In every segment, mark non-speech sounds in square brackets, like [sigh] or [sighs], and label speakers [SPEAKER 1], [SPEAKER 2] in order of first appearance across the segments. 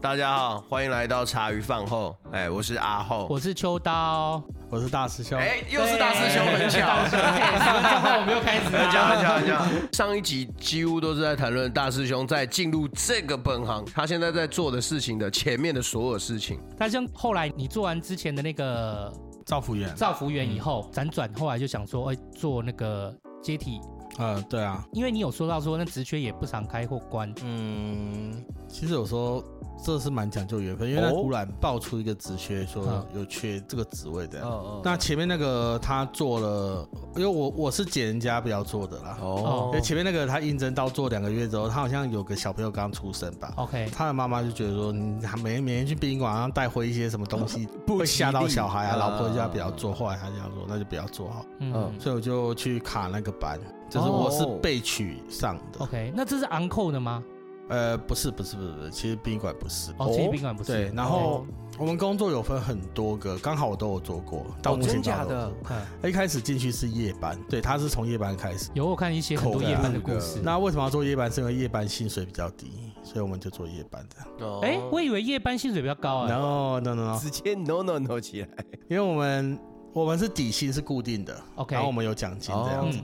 [SPEAKER 1] 大家好，欢迎来到茶余饭后。哎，我是阿
[SPEAKER 2] 哦
[SPEAKER 1] 后。
[SPEAKER 3] 我是秋刀，
[SPEAKER 2] 我是大师兄。
[SPEAKER 1] 哎，又是大师兄，很巧。
[SPEAKER 3] 大师兄开始，这话我们又开始
[SPEAKER 1] 很巧， [laughs] 很巧，
[SPEAKER 3] 了。
[SPEAKER 1] 很巧。上一集几乎都是在谈论大师兄在进入这个本行，他现在在做的事情的前面的所有事情。
[SPEAKER 3] 但像后来你做完之前的那个
[SPEAKER 2] 赵福源，
[SPEAKER 3] 造福员以
[SPEAKER 2] 嗯
[SPEAKER 3] 后，辗转后来就想说，哎，做那个接体，
[SPEAKER 2] 呃，对啊，
[SPEAKER 3] 因为你有说到说那职缺也不常开或关，
[SPEAKER 2] 嗯，其实有时候这是蛮讲究缘分，因为他
[SPEAKER 1] 哦
[SPEAKER 2] 突然爆出一个职缺，说
[SPEAKER 3] 嗯
[SPEAKER 2] 有缺这个职位的。
[SPEAKER 1] 哦
[SPEAKER 2] 那前面那个他做了，因为我我是捡人家不要做的啦。因为
[SPEAKER 1] 哦
[SPEAKER 3] 哦
[SPEAKER 2] 前面那个他应征到做两个月之后，他好像有个小朋友刚出生吧，
[SPEAKER 1] 哦
[SPEAKER 3] OK，
[SPEAKER 2] 他的妈妈就觉得说，你还每天每天去殡仪馆好像带回一些什么东西，
[SPEAKER 1] [laughs] 不
[SPEAKER 2] 会
[SPEAKER 1] 吉
[SPEAKER 2] 吓到
[SPEAKER 1] 利
[SPEAKER 2] 小孩啊，
[SPEAKER 1] 啊
[SPEAKER 2] 老婆就要不要做，后来他就想说那就不要做好，
[SPEAKER 3] 嗯
[SPEAKER 1] 嗯
[SPEAKER 2] 所以我就去卡那个班，就是
[SPEAKER 3] 哦
[SPEAKER 2] 我是被取上的，
[SPEAKER 3] ，OK，那这是昂扣的吗？
[SPEAKER 2] 呃，不是不是不是不是，其实殡仪馆不是。
[SPEAKER 3] 哦，
[SPEAKER 1] 哦
[SPEAKER 3] 这些宾馆不是。
[SPEAKER 2] 对，然后我们工作有分很多个，刚好我都有做过，到目前
[SPEAKER 1] 哦真假
[SPEAKER 2] 都有
[SPEAKER 1] 的
[SPEAKER 2] 做
[SPEAKER 3] 嗯
[SPEAKER 2] 一开始进去是夜班，对，他是从夜班开始。
[SPEAKER 3] 有我看一些很多夜班的故事。
[SPEAKER 2] 啊那为什么要做夜班？是因为夜班薪水比较低，所以我们就做夜班的。
[SPEAKER 1] 哦
[SPEAKER 3] 哎，我以为夜班薪水比较高啊。
[SPEAKER 2] 然后 no no no，
[SPEAKER 1] 直接 no no no 起来。
[SPEAKER 2] 因为我们我们是底薪是固定的
[SPEAKER 3] OK
[SPEAKER 2] 然后我们有奖金这
[SPEAKER 1] 哦
[SPEAKER 2] 样子
[SPEAKER 3] 嗯。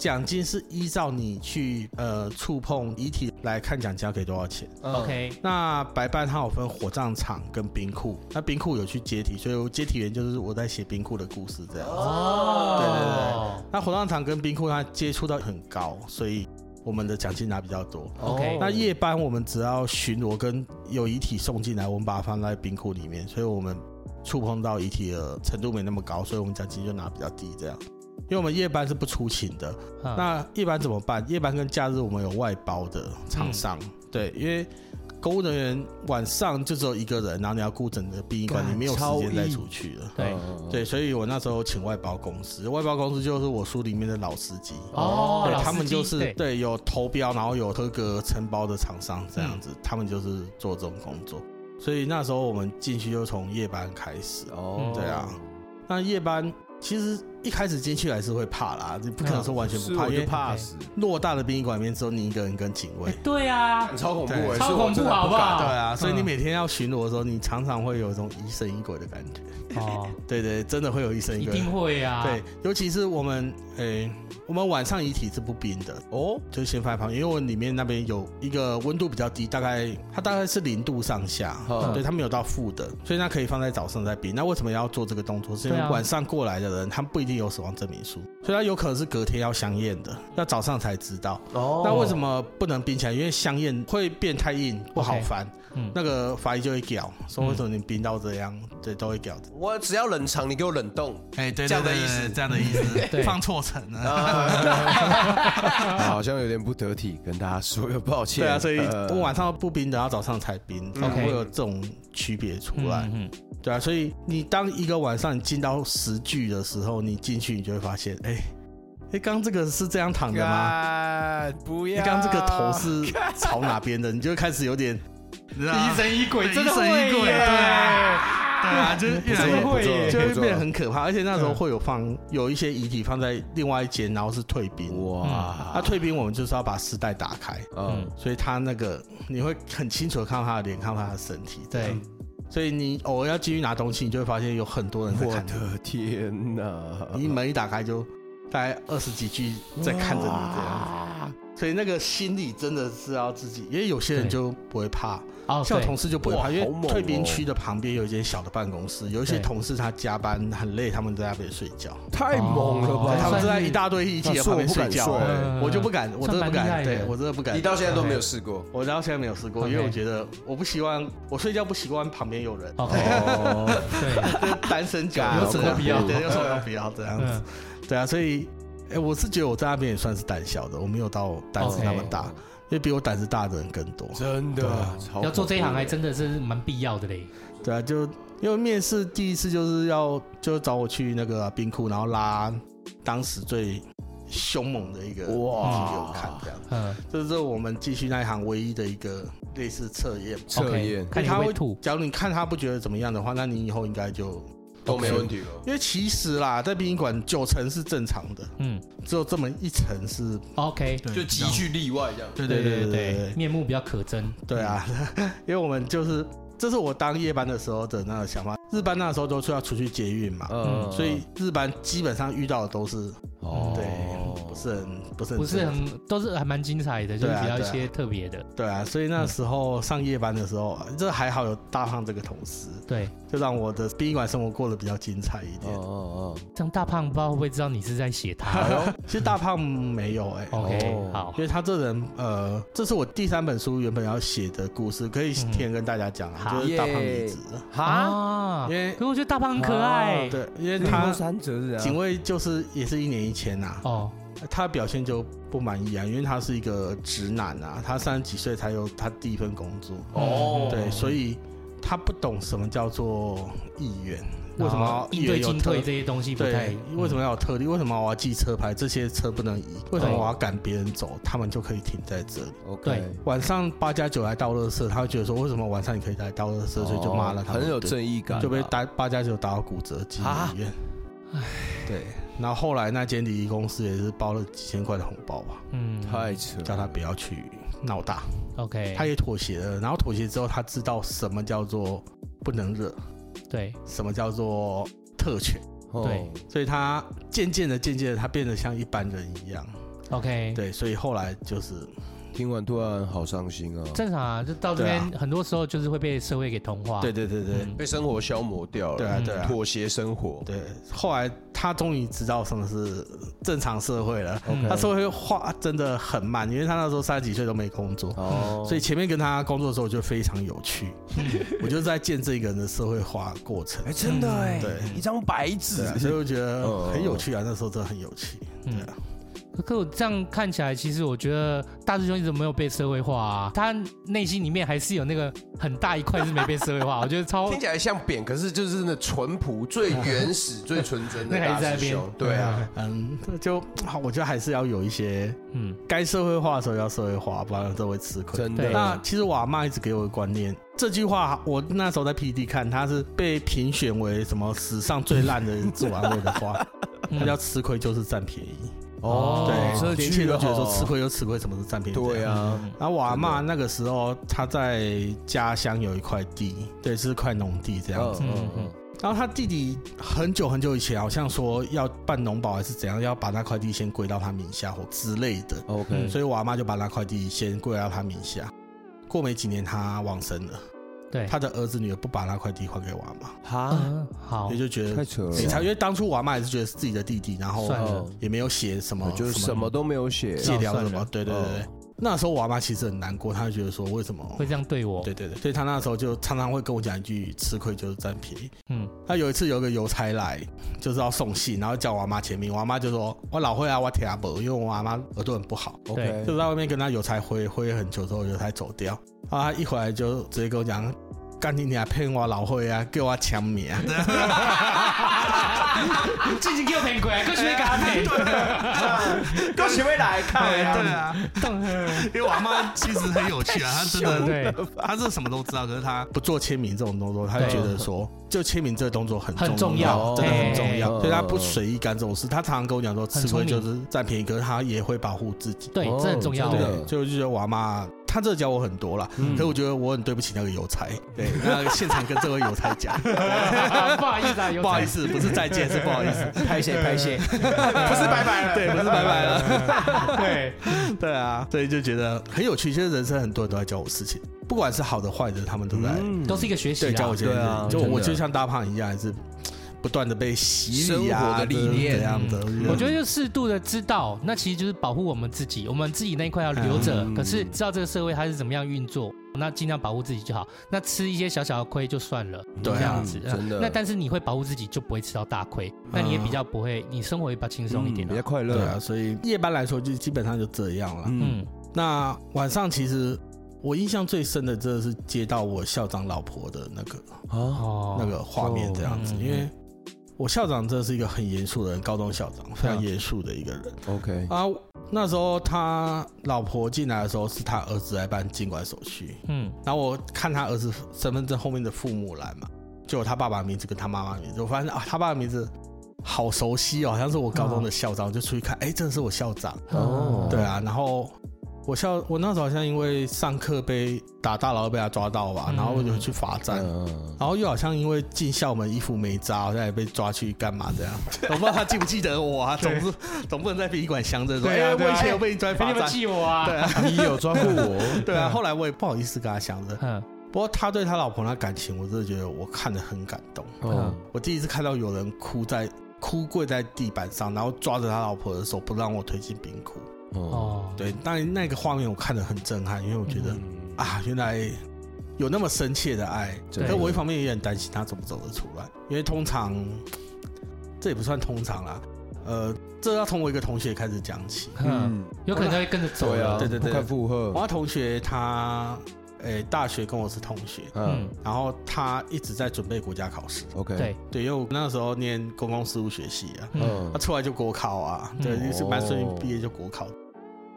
[SPEAKER 2] 奖、金是依照你去呃触碰遗体来看奖金要给多少钱。
[SPEAKER 3] ，OK，
[SPEAKER 2] 那白班它有分火葬场跟冰库，那冰库有去接体，所以我接体员就是我在写冰库的故事这样。
[SPEAKER 3] 哦，
[SPEAKER 2] 那火葬场跟冰库它接触到很高，所以我们的奖金拿比较多。
[SPEAKER 3] OK 嗯
[SPEAKER 2] 那夜班我们只要巡逻跟有遗体送进来，我们把它放在冰库里面，所以我们触碰到遗体的程度没那么高，所以我们奖金就拿比较低这样。因为我们夜班是不出勤的，
[SPEAKER 3] 嗯
[SPEAKER 2] 那夜班怎么办？夜班跟假日我们有外包的厂商，
[SPEAKER 3] 嗯
[SPEAKER 2] 对，因为公务人员晚上就只有一个人，然后你要顾整个殡仪馆，
[SPEAKER 1] 干
[SPEAKER 2] 你没有时
[SPEAKER 1] 超
[SPEAKER 2] 间再
[SPEAKER 1] 硬
[SPEAKER 2] 出去了。
[SPEAKER 3] 对
[SPEAKER 2] 哦对，所以我那时候请外包公司，外包公司就是我书里面的老司机，
[SPEAKER 3] 哦，
[SPEAKER 2] 对
[SPEAKER 3] 老司
[SPEAKER 2] 他们
[SPEAKER 3] 机
[SPEAKER 2] 就是
[SPEAKER 3] 对
[SPEAKER 2] 对有投标，然后有合格承包的厂商这样
[SPEAKER 3] 嗯
[SPEAKER 2] 子，他们就是做这种工作。所以那时候我们进去就从夜班开始哦。
[SPEAKER 1] 哦
[SPEAKER 2] 对啊，那夜班其实一开始进去还是会怕啦，你不可能说完全不怕，因为
[SPEAKER 3] 怕死
[SPEAKER 1] 死，
[SPEAKER 2] 偌大的殡仪馆里面只有你一个人跟警卫
[SPEAKER 3] 哎。对啊， [laughs]
[SPEAKER 1] 超恐怖
[SPEAKER 2] 对
[SPEAKER 1] 欸，
[SPEAKER 3] 超
[SPEAKER 1] 是我
[SPEAKER 3] 恐怖
[SPEAKER 1] 真的
[SPEAKER 3] 好不好
[SPEAKER 1] 敢
[SPEAKER 2] 对啊，所以你
[SPEAKER 3] 嗯
[SPEAKER 2] 每天要巡逻的时候，你常常会有一种疑神疑鬼的感觉。
[SPEAKER 3] 哦，
[SPEAKER 2] 对对，真的会有疑神疑
[SPEAKER 3] 一
[SPEAKER 2] 鬼。
[SPEAKER 3] 定会啊。
[SPEAKER 2] 对，，尤其是我们，诶、我们晚上遗体是不冰的，
[SPEAKER 1] 哦，
[SPEAKER 2] 就先放在旁边，因为我里面那边有一个温度比较低，大概它大概是零度上下，
[SPEAKER 1] 嗯
[SPEAKER 2] 对，它没有到负的，所以它可以放在早上再冰。那为什么要做这个动作？是因为
[SPEAKER 3] 对啊
[SPEAKER 2] 晚上过来的人，他们不一定有死亡证明书，所以他有可能是隔天要相验的，要早上才知道。
[SPEAKER 1] 哦
[SPEAKER 2] 那为什么不能冰起来？因为香烟会变太硬，不好
[SPEAKER 3] OK
[SPEAKER 2] 翻
[SPEAKER 3] 嗯
[SPEAKER 2] 那个法医就会屌，说为什么你冰到这样，对，都会屌的。
[SPEAKER 1] 我只要冷藏，你给我冷冻。
[SPEAKER 2] 哎，对
[SPEAKER 1] 这样的意思
[SPEAKER 2] 这样的意思
[SPEAKER 3] [laughs] 对放
[SPEAKER 2] 错层了。
[SPEAKER 1] 好像有点不得体，跟大家说个抱歉。
[SPEAKER 2] 对啊，所以
[SPEAKER 1] 呃
[SPEAKER 2] 我晚上不冰的，然后早上才冰，
[SPEAKER 1] 嗯
[SPEAKER 2] 才
[SPEAKER 3] OK
[SPEAKER 2] 会有这种区别出来。
[SPEAKER 3] 嗯嗯
[SPEAKER 2] 对啊，所以你当一个晚上你进到十具的时候，你进去你就会发现，哎，哎，刚刚这个是这样躺的吗？
[SPEAKER 1] 干不
[SPEAKER 2] 你
[SPEAKER 1] 要！
[SPEAKER 2] 刚刚这个头是朝哪边的？你就会开始有点
[SPEAKER 3] 疑神疑鬼，
[SPEAKER 2] 对
[SPEAKER 3] 真的
[SPEAKER 2] 疑神疑
[SPEAKER 3] 会
[SPEAKER 2] 鬼
[SPEAKER 3] 耶
[SPEAKER 2] 对对
[SPEAKER 3] [laughs]
[SPEAKER 2] 啊，就是越
[SPEAKER 1] 来越不错
[SPEAKER 2] 就
[SPEAKER 1] 不
[SPEAKER 2] 会
[SPEAKER 1] 错
[SPEAKER 2] 变得很可怕。而且那时候会有放有一些遗体放在另外一间，然后是退兵。啊
[SPEAKER 1] 哇
[SPEAKER 2] 那退兵我们就是要把尸袋打开，
[SPEAKER 1] 嗯，
[SPEAKER 2] 所以他那个你会很清楚的看到他的脸，看到他的身体。这样
[SPEAKER 3] 对，
[SPEAKER 2] 所以你偶尔要进去拿东西，你就会发现有很多人在
[SPEAKER 1] 我
[SPEAKER 2] 看你。
[SPEAKER 1] 的啊天哪！
[SPEAKER 2] 嗯你门一打开就大概二十几具在看着你这样
[SPEAKER 1] 样，
[SPEAKER 2] 子，所以那个心理真的是要自己，因为有些人
[SPEAKER 3] 对
[SPEAKER 2] 就不会怕，
[SPEAKER 3] 哦，
[SPEAKER 2] 像我
[SPEAKER 3] 对
[SPEAKER 2] 同事就不会
[SPEAKER 1] 哇
[SPEAKER 2] 怕，因
[SPEAKER 1] 好
[SPEAKER 2] 为
[SPEAKER 1] 猛
[SPEAKER 2] 退兵
[SPEAKER 1] 哦
[SPEAKER 2] 区的旁边有一间小的办公室，有一些
[SPEAKER 3] 对
[SPEAKER 2] 同事他加班很累，他们在那边睡觉，
[SPEAKER 1] 太猛了
[SPEAKER 3] 哦
[SPEAKER 2] 对他
[SPEAKER 1] 吧！
[SPEAKER 2] 们
[SPEAKER 3] 算
[SPEAKER 2] 就在
[SPEAKER 3] 是
[SPEAKER 2] 一大堆遗体
[SPEAKER 1] 那
[SPEAKER 2] 的
[SPEAKER 1] 是我
[SPEAKER 2] 旁边
[SPEAKER 1] 不
[SPEAKER 2] 睡
[SPEAKER 1] 敢
[SPEAKER 2] 觉
[SPEAKER 1] 睡
[SPEAKER 2] 啊，
[SPEAKER 3] 嗯
[SPEAKER 2] 我就不敢，我真的
[SPEAKER 3] 算蛮
[SPEAKER 2] 不
[SPEAKER 3] 厉害
[SPEAKER 2] 敢，
[SPEAKER 3] 的
[SPEAKER 2] 对我真的不敢
[SPEAKER 1] 你。到现在都
[SPEAKER 3] OK
[SPEAKER 1] 没有试过
[SPEAKER 2] 我到现在没有试过，因为
[SPEAKER 3] OK
[SPEAKER 2] 我觉得我不希望我睡觉不习惯旁边有
[SPEAKER 1] [laughs]
[SPEAKER 2] 人，
[SPEAKER 3] OK，
[SPEAKER 1] 哦，
[SPEAKER 3] 哦
[SPEAKER 2] [laughs]
[SPEAKER 3] 对，嗯
[SPEAKER 2] 单身狗
[SPEAKER 1] 干
[SPEAKER 2] 有什么
[SPEAKER 1] 好恐怖
[SPEAKER 2] 必要？对，有
[SPEAKER 1] [laughs]
[SPEAKER 2] 什么必要这样子？对啊，所以，哎，我是觉得我在那边也算是胆小的，我没有到胆子那么大，因为比我胆子大的人更多。
[SPEAKER 1] 真的
[SPEAKER 3] 嗯要做这一行还真的是蛮必要的嘞。
[SPEAKER 2] 对啊，就因为面试第一次就是要就找我去那个啊冰库，然后拉当时最凶猛的一个
[SPEAKER 1] 哇
[SPEAKER 2] 哇给我看，这样，
[SPEAKER 3] 嗯
[SPEAKER 2] 这是我们继续那一行唯一的一个类似测验。
[SPEAKER 1] 测
[SPEAKER 3] ，OK，
[SPEAKER 1] 验
[SPEAKER 3] 看你会不会吐。
[SPEAKER 2] 假如你看他不觉得怎么样的话，那你以后应该就
[SPEAKER 1] 都没问题了。
[SPEAKER 2] 因为其实啦，在殡仪馆九成是正常的，
[SPEAKER 3] 嗯
[SPEAKER 2] 只有这么一层是，
[SPEAKER 3] ，OK，
[SPEAKER 4] 对
[SPEAKER 1] 就急，剧例外这样。
[SPEAKER 4] 对对对
[SPEAKER 2] 对
[SPEAKER 3] 对
[SPEAKER 2] 对
[SPEAKER 3] 对，面目比较可嗯真，
[SPEAKER 2] 对啊， [laughs] 因为我们就是，这是我当夜班的时候的那个想法。日班那时候都是要出去捷运嘛，
[SPEAKER 1] 嗯，
[SPEAKER 2] 所以日班基本上遇到的都是
[SPEAKER 3] 嗯
[SPEAKER 1] 哦，
[SPEAKER 2] 对，不是很不是很
[SPEAKER 3] 不是很都是还蛮精彩的，就是
[SPEAKER 2] 对啊
[SPEAKER 3] 比较一
[SPEAKER 2] 对啊
[SPEAKER 3] 些特别的，
[SPEAKER 2] 对啊，所以那时候上夜班的时候，这还好有大胖这个同事，
[SPEAKER 3] 对。
[SPEAKER 2] 就让我的殡仪馆生活过得比较精彩一
[SPEAKER 1] 哦
[SPEAKER 2] 点。
[SPEAKER 1] 哦哦，
[SPEAKER 3] 这样大胖不知道会不会知道你是在写他
[SPEAKER 2] 哎呦 [laughs] 其实大胖没有哎、
[SPEAKER 3] [laughs] ？OK，
[SPEAKER 1] 哦
[SPEAKER 3] 好
[SPEAKER 2] 因，为他这人呃，这是我第三本书原本要写的故事，可以提前跟大家讲啊，
[SPEAKER 3] 好
[SPEAKER 2] 就是大胖离职了，
[SPEAKER 1] 哈，
[SPEAKER 3] 啊
[SPEAKER 2] 因为
[SPEAKER 3] 可我觉得大胖很可爱。
[SPEAKER 2] 啊对，因为他
[SPEAKER 1] 三折是
[SPEAKER 2] 警卫就是啊也是一年以前呐、啊，
[SPEAKER 3] 哦，
[SPEAKER 2] 他表现就不满意啊，因为他是一个直男啊，他三十几岁才有他第一份工作，
[SPEAKER 1] 哦，
[SPEAKER 2] 对，所以他不懂什么叫做意愿，为什么
[SPEAKER 3] 然后
[SPEAKER 2] 要
[SPEAKER 3] 应
[SPEAKER 2] 意
[SPEAKER 3] 对
[SPEAKER 2] 愿有
[SPEAKER 3] 进
[SPEAKER 2] 特
[SPEAKER 3] 退这些东西不太嗯
[SPEAKER 2] 对？，为什么要有特例？为什么我要记车牌？这些车不能移，为什么我要赶别人走？
[SPEAKER 3] 哦
[SPEAKER 2] 他们就可以停在这里。
[SPEAKER 1] ，OK，
[SPEAKER 3] 对
[SPEAKER 2] 晚上八加九来倒垃圾，他会觉得说为什么晚上你可以来倒垃圾，所以就骂了他们一
[SPEAKER 1] 哦很
[SPEAKER 2] 顿，
[SPEAKER 1] 有正义感啊，啊
[SPEAKER 2] 就被打八加九打到骨折进医院。对，然后后来那间礼仪公司也是包了几千块的红包吧，
[SPEAKER 3] 嗯，
[SPEAKER 1] 太扯了，哦
[SPEAKER 2] 叫他不要去闹大，
[SPEAKER 1] 哎
[SPEAKER 3] OK，
[SPEAKER 2] 他也妥协了。然后妥协之后，他知道什么叫做不能惹，
[SPEAKER 3] 对
[SPEAKER 2] 什么叫做特权，
[SPEAKER 1] 哦
[SPEAKER 3] 对
[SPEAKER 2] 所以他渐渐的、渐渐的，他变得像一般人一样。
[SPEAKER 1] 哎
[SPEAKER 3] OK，
[SPEAKER 2] 对，所以后来就是
[SPEAKER 1] 听完突然好伤心啊，
[SPEAKER 3] 正常啊，就到这边
[SPEAKER 2] 对
[SPEAKER 3] 很多时候就是会被社会给同化。
[SPEAKER 2] 对对对对
[SPEAKER 3] 嗯
[SPEAKER 1] 被生活消磨掉了，
[SPEAKER 2] 对啊对啊
[SPEAKER 1] 妥协生活，
[SPEAKER 2] 对，后来他终于知道什么是正常社会了。
[SPEAKER 3] 嗯
[SPEAKER 2] 他社会化真的很慢，因为他那时候三十几岁都没工作，
[SPEAKER 1] 哦，嗯
[SPEAKER 2] 所以前面跟他工作的时候就非常有趣，我就在见证一个人的社会化过程。
[SPEAKER 1] 哎，真的哎，
[SPEAKER 2] 对
[SPEAKER 1] 一张白纸
[SPEAKER 2] 对啊，，所以我觉
[SPEAKER 1] 嗯
[SPEAKER 2] 得很有趣啊，那时候真的很有
[SPEAKER 1] 哦
[SPEAKER 2] 趣。对啊，
[SPEAKER 3] 嗯可可我这样看起来，其实我觉得大师兄一直没有被社会化啊，他内心里面还是有那个很大一块是没被社会
[SPEAKER 2] [laughs]
[SPEAKER 3] 化，我觉得超
[SPEAKER 1] 听起来像扁，可是就是真的淳朴、最原始、 [laughs] 最纯真的
[SPEAKER 3] 那还是
[SPEAKER 1] 大
[SPEAKER 3] 在那
[SPEAKER 1] 师
[SPEAKER 3] 边
[SPEAKER 1] 兄，对啊，，
[SPEAKER 2] 嗯，这就好我觉得还是要有一些
[SPEAKER 3] 嗯
[SPEAKER 2] 该社会化的时候要社会化，不然都会吃亏。
[SPEAKER 1] 真
[SPEAKER 3] 对
[SPEAKER 2] 那
[SPEAKER 1] 的，哦
[SPEAKER 2] 其实我阿妈一直给我的观念，这句话我那时候在 PD 看，她是被评选为什么史上最烂的啊自我安慰的
[SPEAKER 1] [laughs]
[SPEAKER 2] 话，
[SPEAKER 3] 嗯
[SPEAKER 2] 那叫吃亏就是占便宜。
[SPEAKER 3] 哦
[SPEAKER 2] 对，
[SPEAKER 1] 这
[SPEAKER 2] 年轻
[SPEAKER 1] 句
[SPEAKER 2] 人都觉得说
[SPEAKER 1] 哦
[SPEAKER 2] 吃亏就吃亏，什么是占便宜？
[SPEAKER 1] 对。啊，
[SPEAKER 3] 嗯
[SPEAKER 2] 然后我阿妈那个时候，她在家乡有一块地，对，是块农地这样子。
[SPEAKER 1] 嗯
[SPEAKER 3] 嗯
[SPEAKER 1] 嗯
[SPEAKER 3] 嗯
[SPEAKER 1] 嗯，
[SPEAKER 2] 然后她弟弟很久很久以前，好像说要办农保还是怎样，要把那块地先归到他名下或之类的。
[SPEAKER 1] OK，
[SPEAKER 3] 嗯
[SPEAKER 2] 所以我阿妈就把那块地先归到他名下。过没几年，他往生了，
[SPEAKER 3] 嗯对，
[SPEAKER 2] 他的儿子女儿不把那块地还给我阿妈，
[SPEAKER 1] 哈，
[SPEAKER 3] 嗯好
[SPEAKER 2] 也就觉
[SPEAKER 1] 太
[SPEAKER 2] 得
[SPEAKER 1] 扯了
[SPEAKER 2] 没差，因为当初我阿妈也是觉得是自己的弟弟，然后
[SPEAKER 3] 算了
[SPEAKER 1] 哦
[SPEAKER 2] 也没有写什么，
[SPEAKER 1] 就是什么都没有写，
[SPEAKER 2] 借条
[SPEAKER 3] 算了
[SPEAKER 2] 什么，对对对对
[SPEAKER 1] 哦。
[SPEAKER 2] 那时候我阿妈其实很难过，她就觉得说为什么？
[SPEAKER 3] 会这样对我，
[SPEAKER 2] 对对对，所以她那时候就常常会跟我讲一句：“吃亏就是占便宜。”
[SPEAKER 3] 嗯， [laughs]
[SPEAKER 2] 他有一次有一个邮差来，就是要送信，然后叫我阿妈签名，我阿妈就说：“我老会啊，我听不懂，因为我阿妈耳朵很不好。
[SPEAKER 3] 对
[SPEAKER 1] OK，
[SPEAKER 2] 就在外面跟他邮差挥挥很久之后，邮差走掉，啊，他一回来就直接跟我讲，干你娘骗我老会啊，给我签名 [laughs] 啊，
[SPEAKER 3] 最近给我骗过啊来，过去给他骗，
[SPEAKER 2] 啊
[SPEAKER 1] 都学会来看
[SPEAKER 2] 对
[SPEAKER 1] 呀，
[SPEAKER 2] 啊，因为我阿妈其实很有趣啊，她 [laughs] 真的，
[SPEAKER 3] 对，
[SPEAKER 2] 她是什么都知道，可是她不做签名这种动作，她就觉得说，就签名这个动作很
[SPEAKER 3] 很重
[SPEAKER 2] 重
[SPEAKER 3] 要
[SPEAKER 2] 真的很重
[SPEAKER 1] 哎
[SPEAKER 2] 要，所以她不随意干这种事，她常常跟我讲说，吃亏就是占便宜，可是她也会保护自己，
[SPEAKER 3] [laughs] 对，
[SPEAKER 1] 哦
[SPEAKER 3] 这很重要
[SPEAKER 1] 真。的
[SPEAKER 2] 对，所以我就觉得我阿妈。她这教我很多啦，
[SPEAKER 1] 嗯
[SPEAKER 2] 可是我觉得我很对不起那个邮差。对，那现场跟这位邮差讲，
[SPEAKER 3] [laughs] 不好意思
[SPEAKER 2] [laughs]
[SPEAKER 3] 啊，有
[SPEAKER 2] 不好意思，不是再见，是不好意思，
[SPEAKER 1] 拍谢拍 [laughs] 谢，不是拜拜了，
[SPEAKER 2] [laughs] 对，不是拜拜了。
[SPEAKER 3] 才，对，
[SPEAKER 2] 对啊，所以就觉得很有趣。其实人生很多人都在教我事情，不管是好的坏的，他们都在、
[SPEAKER 1] 嗯
[SPEAKER 3] 都是一个学习
[SPEAKER 2] 对教
[SPEAKER 3] 啊
[SPEAKER 2] 我。这些
[SPEAKER 1] 对
[SPEAKER 2] 事
[SPEAKER 1] 啊
[SPEAKER 2] 情。就
[SPEAKER 1] 真的
[SPEAKER 2] 我就像大胖一样，还是不断的被洗礼
[SPEAKER 1] 生活
[SPEAKER 2] 啊，
[SPEAKER 1] 的历练
[SPEAKER 2] 这样的。
[SPEAKER 3] 嗯我觉得就适度的知道，那其实就是保护我们自己，我们自己那一块要留着。
[SPEAKER 1] 嗯
[SPEAKER 3] 可是知道这个社会它是怎么样运作，那尽量保护自己就好。那吃一些小小的亏就算了，
[SPEAKER 2] 对啊嗯
[SPEAKER 3] 这样子。
[SPEAKER 1] 嗯真的
[SPEAKER 3] 那但是你会保护自己，就不会吃到大亏，那你也比较不会，你生活也比较轻松一点
[SPEAKER 1] 嗯比
[SPEAKER 3] 啊
[SPEAKER 1] 较。快
[SPEAKER 2] 对
[SPEAKER 1] 乐
[SPEAKER 2] 啊，，所以夜班来说就基本上就这样了。
[SPEAKER 1] 嗯
[SPEAKER 3] 嗯，
[SPEAKER 2] 那晚上其实我印象最深的，真的是接到我校长老婆的那个
[SPEAKER 1] 啊，
[SPEAKER 3] 哦
[SPEAKER 2] 嗯那个画面这样子，
[SPEAKER 3] 哦嗯
[SPEAKER 2] 因为我校长真的是一个很严肃的人，高中校长非常严肃的一个人。
[SPEAKER 1] OK，
[SPEAKER 2] 啊，那时候他老婆进来的时候是他儿子来办监管手续，
[SPEAKER 3] 嗯
[SPEAKER 2] 然后我看他儿子身份证后面的父母栏嘛，结果他爸爸的名字跟他妈妈的名字，我发现啊，他爸爸的名字好熟悉哦，好像是我高中的校长，我就出去看，哎，真的是我校长，
[SPEAKER 3] 嗯
[SPEAKER 1] 哦
[SPEAKER 2] 对啊，然后我校我那时候好像因为上课被打大佬被他抓到吧，
[SPEAKER 3] 嗯
[SPEAKER 2] 然后我就去罚站。
[SPEAKER 1] 嗯，
[SPEAKER 2] 然后又好像因为进校门衣服没扎，好像也被抓去干嘛这样？我不知道他记不记得我啊，总
[SPEAKER 3] 对
[SPEAKER 2] 是总不能在殡仪馆想着说，
[SPEAKER 3] 对啊
[SPEAKER 2] 哎，
[SPEAKER 3] 对啊
[SPEAKER 2] 我以前有被你抓去
[SPEAKER 3] 哎
[SPEAKER 2] 罚
[SPEAKER 3] [laughs] 你们
[SPEAKER 2] 站，
[SPEAKER 3] 记我啊？
[SPEAKER 2] 对啊，
[SPEAKER 4] 你有抓过我，
[SPEAKER 2] [laughs] 对啊。后来我也不好意思跟他想着，
[SPEAKER 3] 嗯，
[SPEAKER 2] 不过他对他老婆那感情，我真的觉得我看得很感动。
[SPEAKER 3] 哦
[SPEAKER 1] 嗯
[SPEAKER 2] 我第一次看到有人哭在哭跪在地板上，然后抓着他老婆的手不让我推进冰库。
[SPEAKER 1] 哦，
[SPEAKER 3] 哦，
[SPEAKER 2] 对，但那个画面我看得很震撼，因为我觉得、
[SPEAKER 1] 嗯
[SPEAKER 2] 啊，原来有那么深切的爱。
[SPEAKER 1] 对
[SPEAKER 2] 可我一方面也很担心他怎么走得出来，因为通常这也不算通常啦，呃，这要从我一个同学开始讲起。
[SPEAKER 3] 嗯，，有可能他会跟着走
[SPEAKER 4] 对啊，
[SPEAKER 3] 了。
[SPEAKER 2] 对对对
[SPEAKER 4] 不堪负荷
[SPEAKER 2] 我，那同学他，诶、大学跟我是同学，
[SPEAKER 3] 嗯
[SPEAKER 1] 嗯，
[SPEAKER 2] 然后他一直在准备国家考试。
[SPEAKER 4] ，OK，
[SPEAKER 3] 对，
[SPEAKER 2] 对，因为我那时候念公共事务学系啊，
[SPEAKER 3] 嗯，
[SPEAKER 2] 他出来就国考啊，对，
[SPEAKER 3] 嗯
[SPEAKER 2] 就是蛮顺利毕业就国考。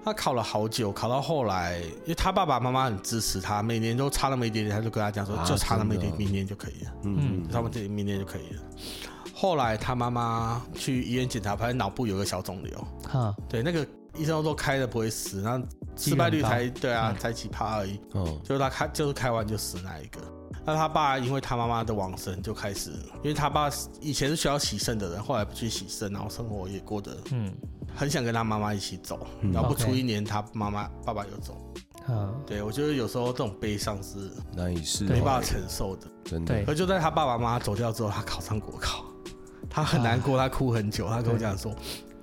[SPEAKER 2] 他考了好久，考到后来，因为他爸爸妈妈很支持他，每年都差那么一点点，他就跟他讲说，
[SPEAKER 4] 啊
[SPEAKER 2] 就差那么一点
[SPEAKER 4] 真，的
[SPEAKER 2] 明年就可以了，
[SPEAKER 3] 嗯
[SPEAKER 2] 差不多明年就可以了。后来他妈妈去医院检查，发现脑部有个小肿瘤，
[SPEAKER 3] 哈，
[SPEAKER 2] 对，那个医生都开了不会死，然后
[SPEAKER 3] 几
[SPEAKER 2] 失败率
[SPEAKER 3] 率很
[SPEAKER 2] 才对啊，
[SPEAKER 3] 嗯
[SPEAKER 2] 才几趴而已。
[SPEAKER 1] 哦，
[SPEAKER 2] 就是他开就是开完就死那一个。那他爸因为他妈妈的往生就开始，因为他爸以前是需要洗肾的人，后来不去洗肾，然后生活也过得
[SPEAKER 3] 嗯
[SPEAKER 2] 很想跟他妈妈一起走，
[SPEAKER 1] 嗯
[SPEAKER 2] 然后不出
[SPEAKER 3] OK
[SPEAKER 2] 一年他妈妈爸爸又走。
[SPEAKER 3] 嗯，
[SPEAKER 2] 对我觉得有时候这种悲伤是
[SPEAKER 1] 难以释
[SPEAKER 3] 对
[SPEAKER 2] 没
[SPEAKER 1] 怀
[SPEAKER 2] 办法，承受的。
[SPEAKER 1] 真的
[SPEAKER 3] 对，
[SPEAKER 2] 而就在他爸爸妈妈走掉之后，他考上国考，他很难过，他哭很久，他跟我讲说，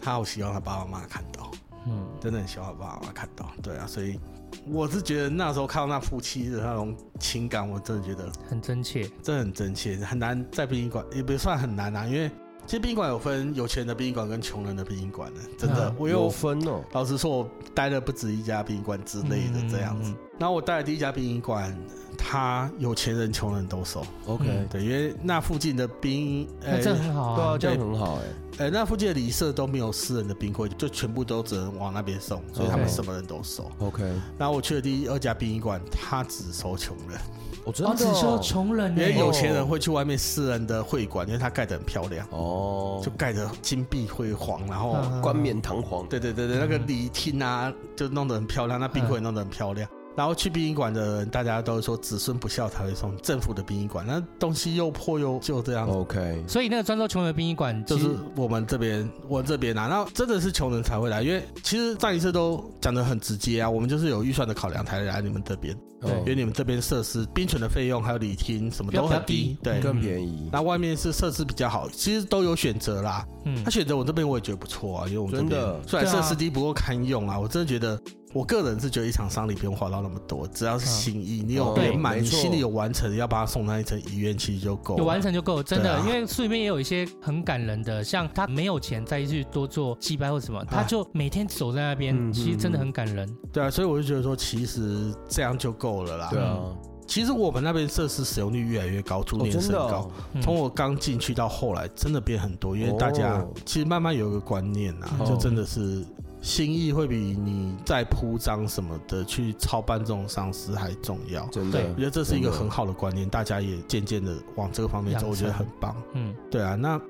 [SPEAKER 2] 他好希望他爸爸妈妈看到。
[SPEAKER 3] 嗯，
[SPEAKER 2] 真的很希望爸爸妈妈看到，对啊，所以我是觉得那时候看到那夫妻的那种情感，我真的觉得
[SPEAKER 3] 很真切。
[SPEAKER 2] 真的很真切，很难在殡仪馆也不算很难啊，因为其实殡仪馆有分有钱的殡仪馆跟穷人的殡仪馆的，真的，
[SPEAKER 3] 嗯
[SPEAKER 2] 我
[SPEAKER 1] 有
[SPEAKER 2] 有
[SPEAKER 1] 分哦，
[SPEAKER 2] 老实说，我待了不止一家殡仪馆之类的这样子。
[SPEAKER 3] 嗯
[SPEAKER 2] 然后我待的第一家殡仪馆，他有钱人、穷人都收，
[SPEAKER 1] OK，
[SPEAKER 3] 嗯
[SPEAKER 2] 对，因为那附近的殡，呃
[SPEAKER 3] 那这很好
[SPEAKER 1] 对啊，
[SPEAKER 3] 啊。
[SPEAKER 1] 这样很好哎，
[SPEAKER 2] 呃，那附近的礼社都没有私人的冰柜，就全部都只能往那边送，所以他们
[SPEAKER 1] OK
[SPEAKER 2] 什么人都收。
[SPEAKER 1] OK，
[SPEAKER 2] 然后我去的第二家殡仪馆，他只收穷人，
[SPEAKER 1] 我真
[SPEAKER 3] 哦，只收
[SPEAKER 1] 的
[SPEAKER 3] 穷人
[SPEAKER 2] 因为
[SPEAKER 3] 呢。
[SPEAKER 2] 有钱人会去外面私人的会馆，因为它盖得很漂亮，
[SPEAKER 1] 哦，
[SPEAKER 2] 就盖得金碧辉煌，然后
[SPEAKER 3] 嗯
[SPEAKER 1] 冠冕堂皇，
[SPEAKER 2] 对对对对，那个礼厅啊就弄得很漂亮，那冰柜也弄得很漂亮。然后去殡仪馆的人，大家都说子孙不孝才会送政府的殡仪馆，那东西又破又旧这样
[SPEAKER 3] 哦
[SPEAKER 2] 子。
[SPEAKER 1] OK，
[SPEAKER 3] 所以那个专收穷人的殡仪馆，
[SPEAKER 2] 就
[SPEAKER 3] 其
[SPEAKER 2] 是
[SPEAKER 3] 实
[SPEAKER 2] 我们这边，我这边啊，那真的是穷人才会来，因为其实上一次都讲得很直接啊，我们就是有预算的考量才来你们这边。
[SPEAKER 1] 哦
[SPEAKER 2] 因为你们这边设施、冰存的费用还有礼厅什么都
[SPEAKER 3] 比较
[SPEAKER 2] 很低
[SPEAKER 3] 低，
[SPEAKER 2] 对。
[SPEAKER 1] 更便宜，
[SPEAKER 2] 那外面是设施比较好，其实都有选择啦。
[SPEAKER 3] 嗯
[SPEAKER 2] 他选择我这边我也觉得不错啊，因为我们这
[SPEAKER 1] 真的
[SPEAKER 2] 边虽然
[SPEAKER 3] 对
[SPEAKER 2] 设
[SPEAKER 3] 啊
[SPEAKER 2] 施低不够堪用啊，我真的觉得，我个人是觉得一场丧礼不用花到那么多，只要是
[SPEAKER 3] 嗯
[SPEAKER 2] 心意，你有
[SPEAKER 1] 哦
[SPEAKER 2] 圆满，
[SPEAKER 1] 对
[SPEAKER 2] 你
[SPEAKER 1] 没错
[SPEAKER 2] 心里有完成，要把它送到一层遗愿其实就够了。
[SPEAKER 3] 有完成就够，真
[SPEAKER 2] 对
[SPEAKER 3] 的，
[SPEAKER 2] 啊
[SPEAKER 3] 因为书里面也有一些很感人的，像他没有钱再去多做祭拜或什
[SPEAKER 2] 啊
[SPEAKER 3] 么，他就每天守在那
[SPEAKER 1] 嗯
[SPEAKER 3] 边，其实真的
[SPEAKER 1] 嗯
[SPEAKER 3] 很感人。
[SPEAKER 2] 对啊，所以我就觉得说，其实这样就够了啦
[SPEAKER 1] 对。啊，
[SPEAKER 2] 其实我们那边设施使用率越来越高，逐
[SPEAKER 1] 哦
[SPEAKER 2] 年
[SPEAKER 1] 真
[SPEAKER 2] 升
[SPEAKER 1] 的
[SPEAKER 2] 高。
[SPEAKER 1] 哦，
[SPEAKER 3] 嗯
[SPEAKER 2] 从我刚进去到后来，真的变很多，因为大家
[SPEAKER 1] 哦
[SPEAKER 2] 其实慢慢有一个观念啊，
[SPEAKER 3] 嗯
[SPEAKER 2] 就真的是心意会比你在铺张什么的去操办这种丧事还重要。
[SPEAKER 1] 真的
[SPEAKER 3] 对
[SPEAKER 2] 我觉得这是一个
[SPEAKER 1] 真的 [laughs]
[SPEAKER 2] 很好的观念，大家也渐渐的往这个方面走，
[SPEAKER 3] 养成
[SPEAKER 2] 我觉得很棒。
[SPEAKER 3] 嗯，
[SPEAKER 2] 对啊，那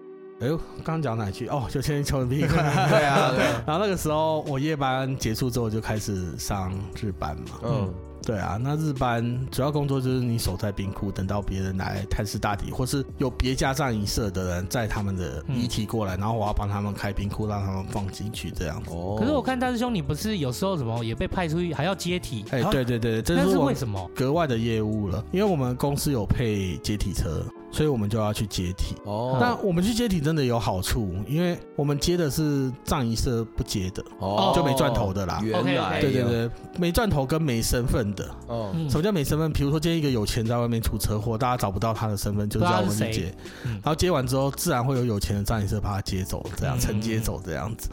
[SPEAKER 2] 哎呦，刚刚讲哪句？哦，就先求
[SPEAKER 3] [laughs]
[SPEAKER 2] 人比你快。对啊，对。然后那个时候我夜班结束之后就开始上日班嘛，
[SPEAKER 1] 嗯
[SPEAKER 2] 对啊，那日班主要工作就是你守在冰库，等到别人来探视大体，或是有别家葬仪社的人载他们的
[SPEAKER 3] 嗯
[SPEAKER 2] 遗体过来，然后我要帮他们开冰库，让他们放进去这样子。
[SPEAKER 1] 哦，
[SPEAKER 3] 可是我看大师兄，你不是有时候什么也被派出去，还要接体，
[SPEAKER 2] 哎、
[SPEAKER 3] 啊，
[SPEAKER 2] 对对对，这
[SPEAKER 3] 那
[SPEAKER 2] 是
[SPEAKER 3] 是
[SPEAKER 2] 我
[SPEAKER 3] 为
[SPEAKER 2] 们
[SPEAKER 3] 什么？
[SPEAKER 2] 格外的业务了，因为我们公司有配接体车，所以我们就要去接体。
[SPEAKER 1] 哦，
[SPEAKER 2] 那我们去接体真的有好处，因为我们接的是葬仪社不接的，
[SPEAKER 1] 哦
[SPEAKER 2] 就没赚头的啦
[SPEAKER 1] 原来
[SPEAKER 3] OK，OK
[SPEAKER 2] 对对，对，没钻头跟没身份的，
[SPEAKER 1] 哦，
[SPEAKER 3] 哎嗯
[SPEAKER 2] 什么叫没身份？比如说今天一个有钱在外面出车祸，大家找不到他的身份，就叫我们去
[SPEAKER 3] 不知道是
[SPEAKER 2] 接
[SPEAKER 3] 谁，嗯
[SPEAKER 2] 然后接完之后，自然会有有钱的葬仪社把他接走，这样
[SPEAKER 3] 嗯
[SPEAKER 2] 承接走这样子。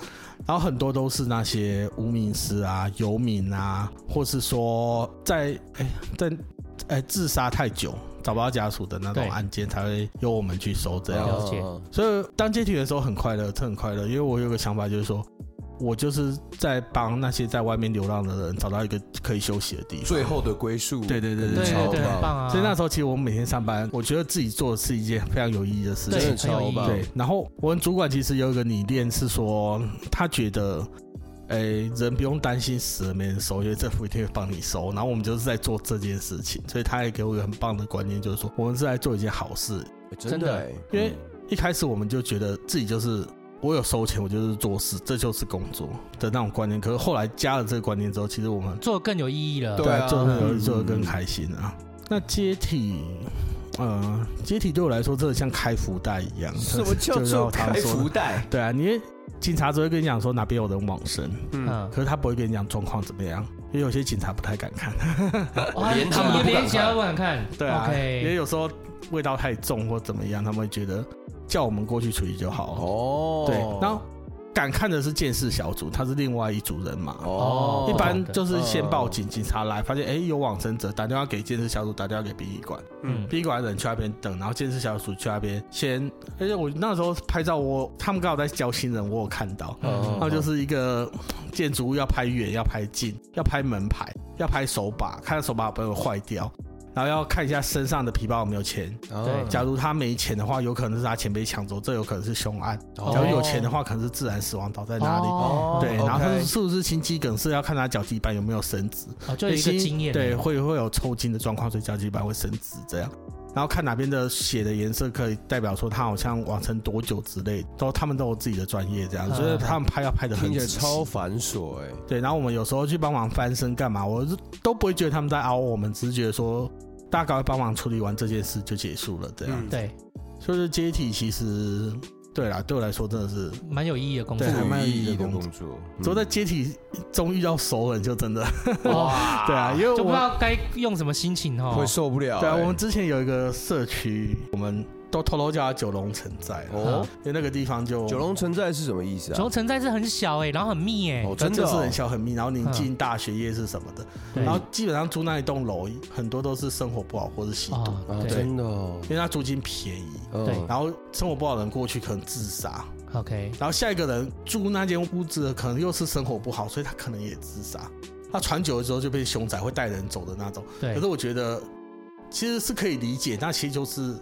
[SPEAKER 2] 然后很多都是那些无名尸啊、游民啊，或是说在哎在哎自杀太久找不到家属的那种
[SPEAKER 3] 对
[SPEAKER 2] 案件，才会由我们去收这样
[SPEAKER 3] 了解
[SPEAKER 1] 哦
[SPEAKER 2] 所以当接体的时候很快乐，这很快乐，因为我有个想法就是说，我就是在帮那些在外面流浪的人找到一个可以休息的地方。
[SPEAKER 4] 最后的归宿。
[SPEAKER 2] 对对对
[SPEAKER 3] 对
[SPEAKER 4] 超
[SPEAKER 3] 对，很
[SPEAKER 4] 棒。
[SPEAKER 3] 棒啊！
[SPEAKER 2] 所以那时候其实我们每天上班，我觉得自己做的是一件非常有意义的事
[SPEAKER 3] 对
[SPEAKER 2] 情。
[SPEAKER 4] 嗯
[SPEAKER 1] 真的
[SPEAKER 3] 很有
[SPEAKER 1] 超
[SPEAKER 3] 意义
[SPEAKER 1] 棒，
[SPEAKER 2] 对，然后我们主管其实有一个理念是说，他觉得，诶，人不用担心死了没人收，因为政府一定会帮你收。然后我们就是在做这件事情，所以他也给我一个很棒的观念，就是说我们是在做一件好事。
[SPEAKER 1] 哎真
[SPEAKER 3] 真的
[SPEAKER 1] 的，嗯
[SPEAKER 2] 因为一开始我们就觉得自己就是我有收钱，我就是做事，这就是工作的那种观念。可是后来加了这个观念之后，其实我们
[SPEAKER 3] 做得更有意义了。
[SPEAKER 4] 对啊
[SPEAKER 2] 做的
[SPEAKER 4] 嗯
[SPEAKER 2] 做的更开心啊。那接体，呃，接体对我来说真的像开福袋一样，
[SPEAKER 4] 什么叫
[SPEAKER 2] 就
[SPEAKER 4] 做
[SPEAKER 2] 就像他
[SPEAKER 4] 开
[SPEAKER 2] 们说
[SPEAKER 4] 福
[SPEAKER 2] 的？
[SPEAKER 4] 袋？
[SPEAKER 2] 对啊，你警察只会跟你讲说哪边有人往生，
[SPEAKER 1] 嗯，
[SPEAKER 3] 嗯，
[SPEAKER 2] 可是他不会跟你讲状况怎么样，因为有些警察不太敢看。
[SPEAKER 3] 哇
[SPEAKER 1] 连他们都不敢
[SPEAKER 3] 哦连起来
[SPEAKER 1] 看
[SPEAKER 3] 都不敢看。
[SPEAKER 2] 对啊，因为
[SPEAKER 3] ，OK，
[SPEAKER 2] 有时候味道太重或怎么样，他们会觉得叫我们过去处理就好。
[SPEAKER 1] 哦，
[SPEAKER 2] 对，然后敢看的是监视小组，他是另外一组人嘛。
[SPEAKER 1] 哦，
[SPEAKER 2] 一般
[SPEAKER 3] 懂的
[SPEAKER 2] 就是先报警，警察来发现哎、诶有往生者，打电话给监视小组，打电话给殡仪馆，
[SPEAKER 3] 嗯，
[SPEAKER 2] 殡仪馆的人去那边等，然后监视小组去那边先，而且我那时候拍照我，他们刚好在教新人，我有看到，
[SPEAKER 1] 嗯
[SPEAKER 2] 然后就是一个建筑物要拍远，要拍近，要拍门牌，要拍手把，看手把有没有坏掉，然后要看一下身上的皮包有没有钱，
[SPEAKER 1] 哦
[SPEAKER 2] 假如他没钱的话，有可能是他钱被抢走，这有可能是凶案；
[SPEAKER 1] 哦
[SPEAKER 2] 假如有钱的话，可能是自然死亡倒在哪里。
[SPEAKER 3] 哦
[SPEAKER 2] 对，
[SPEAKER 1] 哦
[SPEAKER 2] 然后
[SPEAKER 1] OK
[SPEAKER 2] 是是不是心肌梗是要看他脚底板有没有伸直，
[SPEAKER 3] 哦就有一个
[SPEAKER 2] 心
[SPEAKER 3] 经验。
[SPEAKER 2] 对，，会会有抽筋的状况，所以脚底板会伸直这样。然后看哪边的血的颜色可以代表说他好像完成多久之类，都他们都有自己的专业这样，
[SPEAKER 3] 嗯
[SPEAKER 2] 所以他们拍要拍的很
[SPEAKER 1] 听起来
[SPEAKER 2] 仔细
[SPEAKER 1] 超繁琐哎，
[SPEAKER 2] 对，然后我们有时候去帮忙翻身干嘛，我是都不会觉得他们在熬我们，只是觉得说大概帮忙处理完这件事就结束了这样。
[SPEAKER 1] 嗯
[SPEAKER 3] 对，
[SPEAKER 2] 所以接体其实对啦，对我来说真的是，
[SPEAKER 3] 蛮有意义的工作
[SPEAKER 2] 对。
[SPEAKER 1] 赋
[SPEAKER 2] 还蛮
[SPEAKER 1] 予
[SPEAKER 2] 有
[SPEAKER 1] 意
[SPEAKER 2] 意
[SPEAKER 1] 义
[SPEAKER 2] 义
[SPEAKER 1] 的
[SPEAKER 2] 的
[SPEAKER 1] 工
[SPEAKER 2] 工
[SPEAKER 1] 作，嗯
[SPEAKER 2] 只有在接体中遇到熟人就真的，
[SPEAKER 3] 哇，
[SPEAKER 2] 对啊，因为
[SPEAKER 3] 哦就不知
[SPEAKER 2] 我
[SPEAKER 3] 道该用什么心情哦
[SPEAKER 1] 会。受不了欸，
[SPEAKER 2] 对啊，我们之前有一个社区，我们都偷偷叫它九龙城寨啦，
[SPEAKER 1] 哦
[SPEAKER 2] 因为那个地方就
[SPEAKER 1] 九龙城寨是什么意思
[SPEAKER 3] 九
[SPEAKER 1] 啊
[SPEAKER 3] 嗯龙？城寨是很小哎，然后很密哎
[SPEAKER 1] 哦，
[SPEAKER 2] 它
[SPEAKER 1] 真的
[SPEAKER 2] 就是
[SPEAKER 1] 哦
[SPEAKER 2] 很小很密，然后临近大学夜市什么的，
[SPEAKER 3] 对哦
[SPEAKER 2] 然后基本上住那一栋楼，很多都是生活不好或是吸毒，
[SPEAKER 3] 哦
[SPEAKER 1] 啊，
[SPEAKER 3] 对
[SPEAKER 1] 真的哦，
[SPEAKER 2] 因为它租金便宜。
[SPEAKER 1] 嗯
[SPEAKER 3] 对
[SPEAKER 2] 然后生活不好的人过去可能自杀，
[SPEAKER 3] ，OK，
[SPEAKER 2] 然后下一个人住那间屋子的可能又是生活不好，所以他可能也自杀。他传久了之后就变凶宅，会带人走的那种。
[SPEAKER 3] 对
[SPEAKER 2] 可是，我觉得其实是可以理解，那其实就是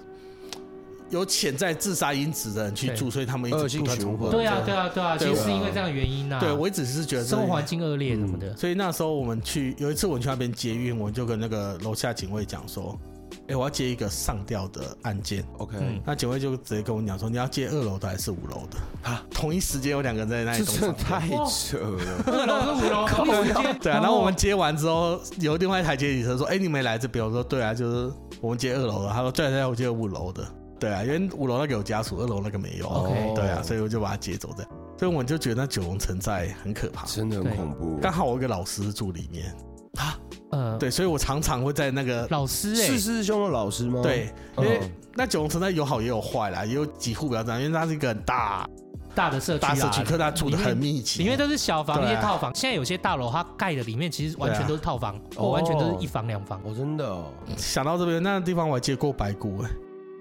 [SPEAKER 2] 有潜在自杀因子的人去住，
[SPEAKER 3] 对
[SPEAKER 2] 所以他们一
[SPEAKER 1] 恶
[SPEAKER 2] 直
[SPEAKER 1] 性
[SPEAKER 2] 不断
[SPEAKER 1] 循
[SPEAKER 2] 重
[SPEAKER 1] 环
[SPEAKER 2] 复。
[SPEAKER 3] 对啊，对啊，对啊，其
[SPEAKER 2] 对
[SPEAKER 3] 实
[SPEAKER 2] 我
[SPEAKER 3] 是因为这样的原因呐。啊
[SPEAKER 2] 对我只是觉得这嗯
[SPEAKER 3] 生活环境恶劣什么的。
[SPEAKER 2] 所以那时候我们去有一次我们去那边接运，我就跟那个楼下警卫讲说：“哎、我要接一个上吊的案件。”
[SPEAKER 1] ，OK，
[SPEAKER 3] 嗯 [laughs]
[SPEAKER 2] 那警卫就直接跟我讲说，你要接二楼的还是五楼的？
[SPEAKER 1] 啊
[SPEAKER 2] 啊，同一时间有两个人在那
[SPEAKER 1] 这
[SPEAKER 2] 里动
[SPEAKER 1] 真的
[SPEAKER 2] 手。
[SPEAKER 1] 太扯了，
[SPEAKER 3] 二楼跟五楼同一时间，
[SPEAKER 2] [laughs] 对啊，然后我们接完之后，有另外一台接力车说：“哎、你没来这边？”我说：“对啊，就是我们接二楼的。”他说：“对啊对，我接五楼的。”对啊，因为五楼那个有家属，二楼那个没有。
[SPEAKER 1] 哦
[SPEAKER 3] OK
[SPEAKER 2] 对啊，所以我就把他接走的。所以我就觉得那九龙城寨很可怕。
[SPEAKER 1] 真的很恐怖，
[SPEAKER 2] 刚好我有一个老师住里面，
[SPEAKER 3] 呃，
[SPEAKER 2] 对，所以我常常会在那个
[SPEAKER 3] 老师
[SPEAKER 1] 是
[SPEAKER 3] 哎，
[SPEAKER 1] 师兄的老师吗？
[SPEAKER 2] 对，因
[SPEAKER 1] 嗯，
[SPEAKER 2] 为那九龙城寨有好也有坏啦，也有几户比较这样，因为它是一个很大
[SPEAKER 3] 大的社区啊
[SPEAKER 2] 大社
[SPEAKER 3] 啦，
[SPEAKER 2] 区，可它住的很密集，
[SPEAKER 3] 里面都是小房，一
[SPEAKER 2] 对啊
[SPEAKER 3] 些套房。现在有些大楼它盖的里面其实完全
[SPEAKER 2] 对啊
[SPEAKER 3] 都是套房，
[SPEAKER 1] 哦
[SPEAKER 3] 或完全都是一房两房。
[SPEAKER 1] 哦，真的哦，
[SPEAKER 2] 想到这边，那地方我还接过白骨、欸，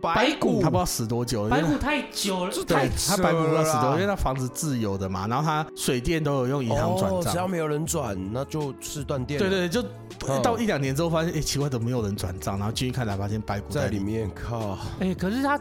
[SPEAKER 3] 白骨
[SPEAKER 2] 他不知道死多久，
[SPEAKER 3] 白
[SPEAKER 2] 因为
[SPEAKER 3] 骨太久了，
[SPEAKER 2] 他对他白骨不知道死多久，因为
[SPEAKER 1] 为
[SPEAKER 2] 他房子自由的嘛，然后他水电都有用银行转
[SPEAKER 1] 哦只要
[SPEAKER 2] 账，
[SPEAKER 1] 没有人转，那就是断电，
[SPEAKER 2] 对对，对，就
[SPEAKER 1] 嗯
[SPEAKER 2] 到一两年之后发现，哎、奇怪怎么没有人转账，然后进去看才发现白骨
[SPEAKER 1] 在
[SPEAKER 2] 在
[SPEAKER 1] 里
[SPEAKER 2] 里面，
[SPEAKER 1] 面靠，
[SPEAKER 3] 哎，可是他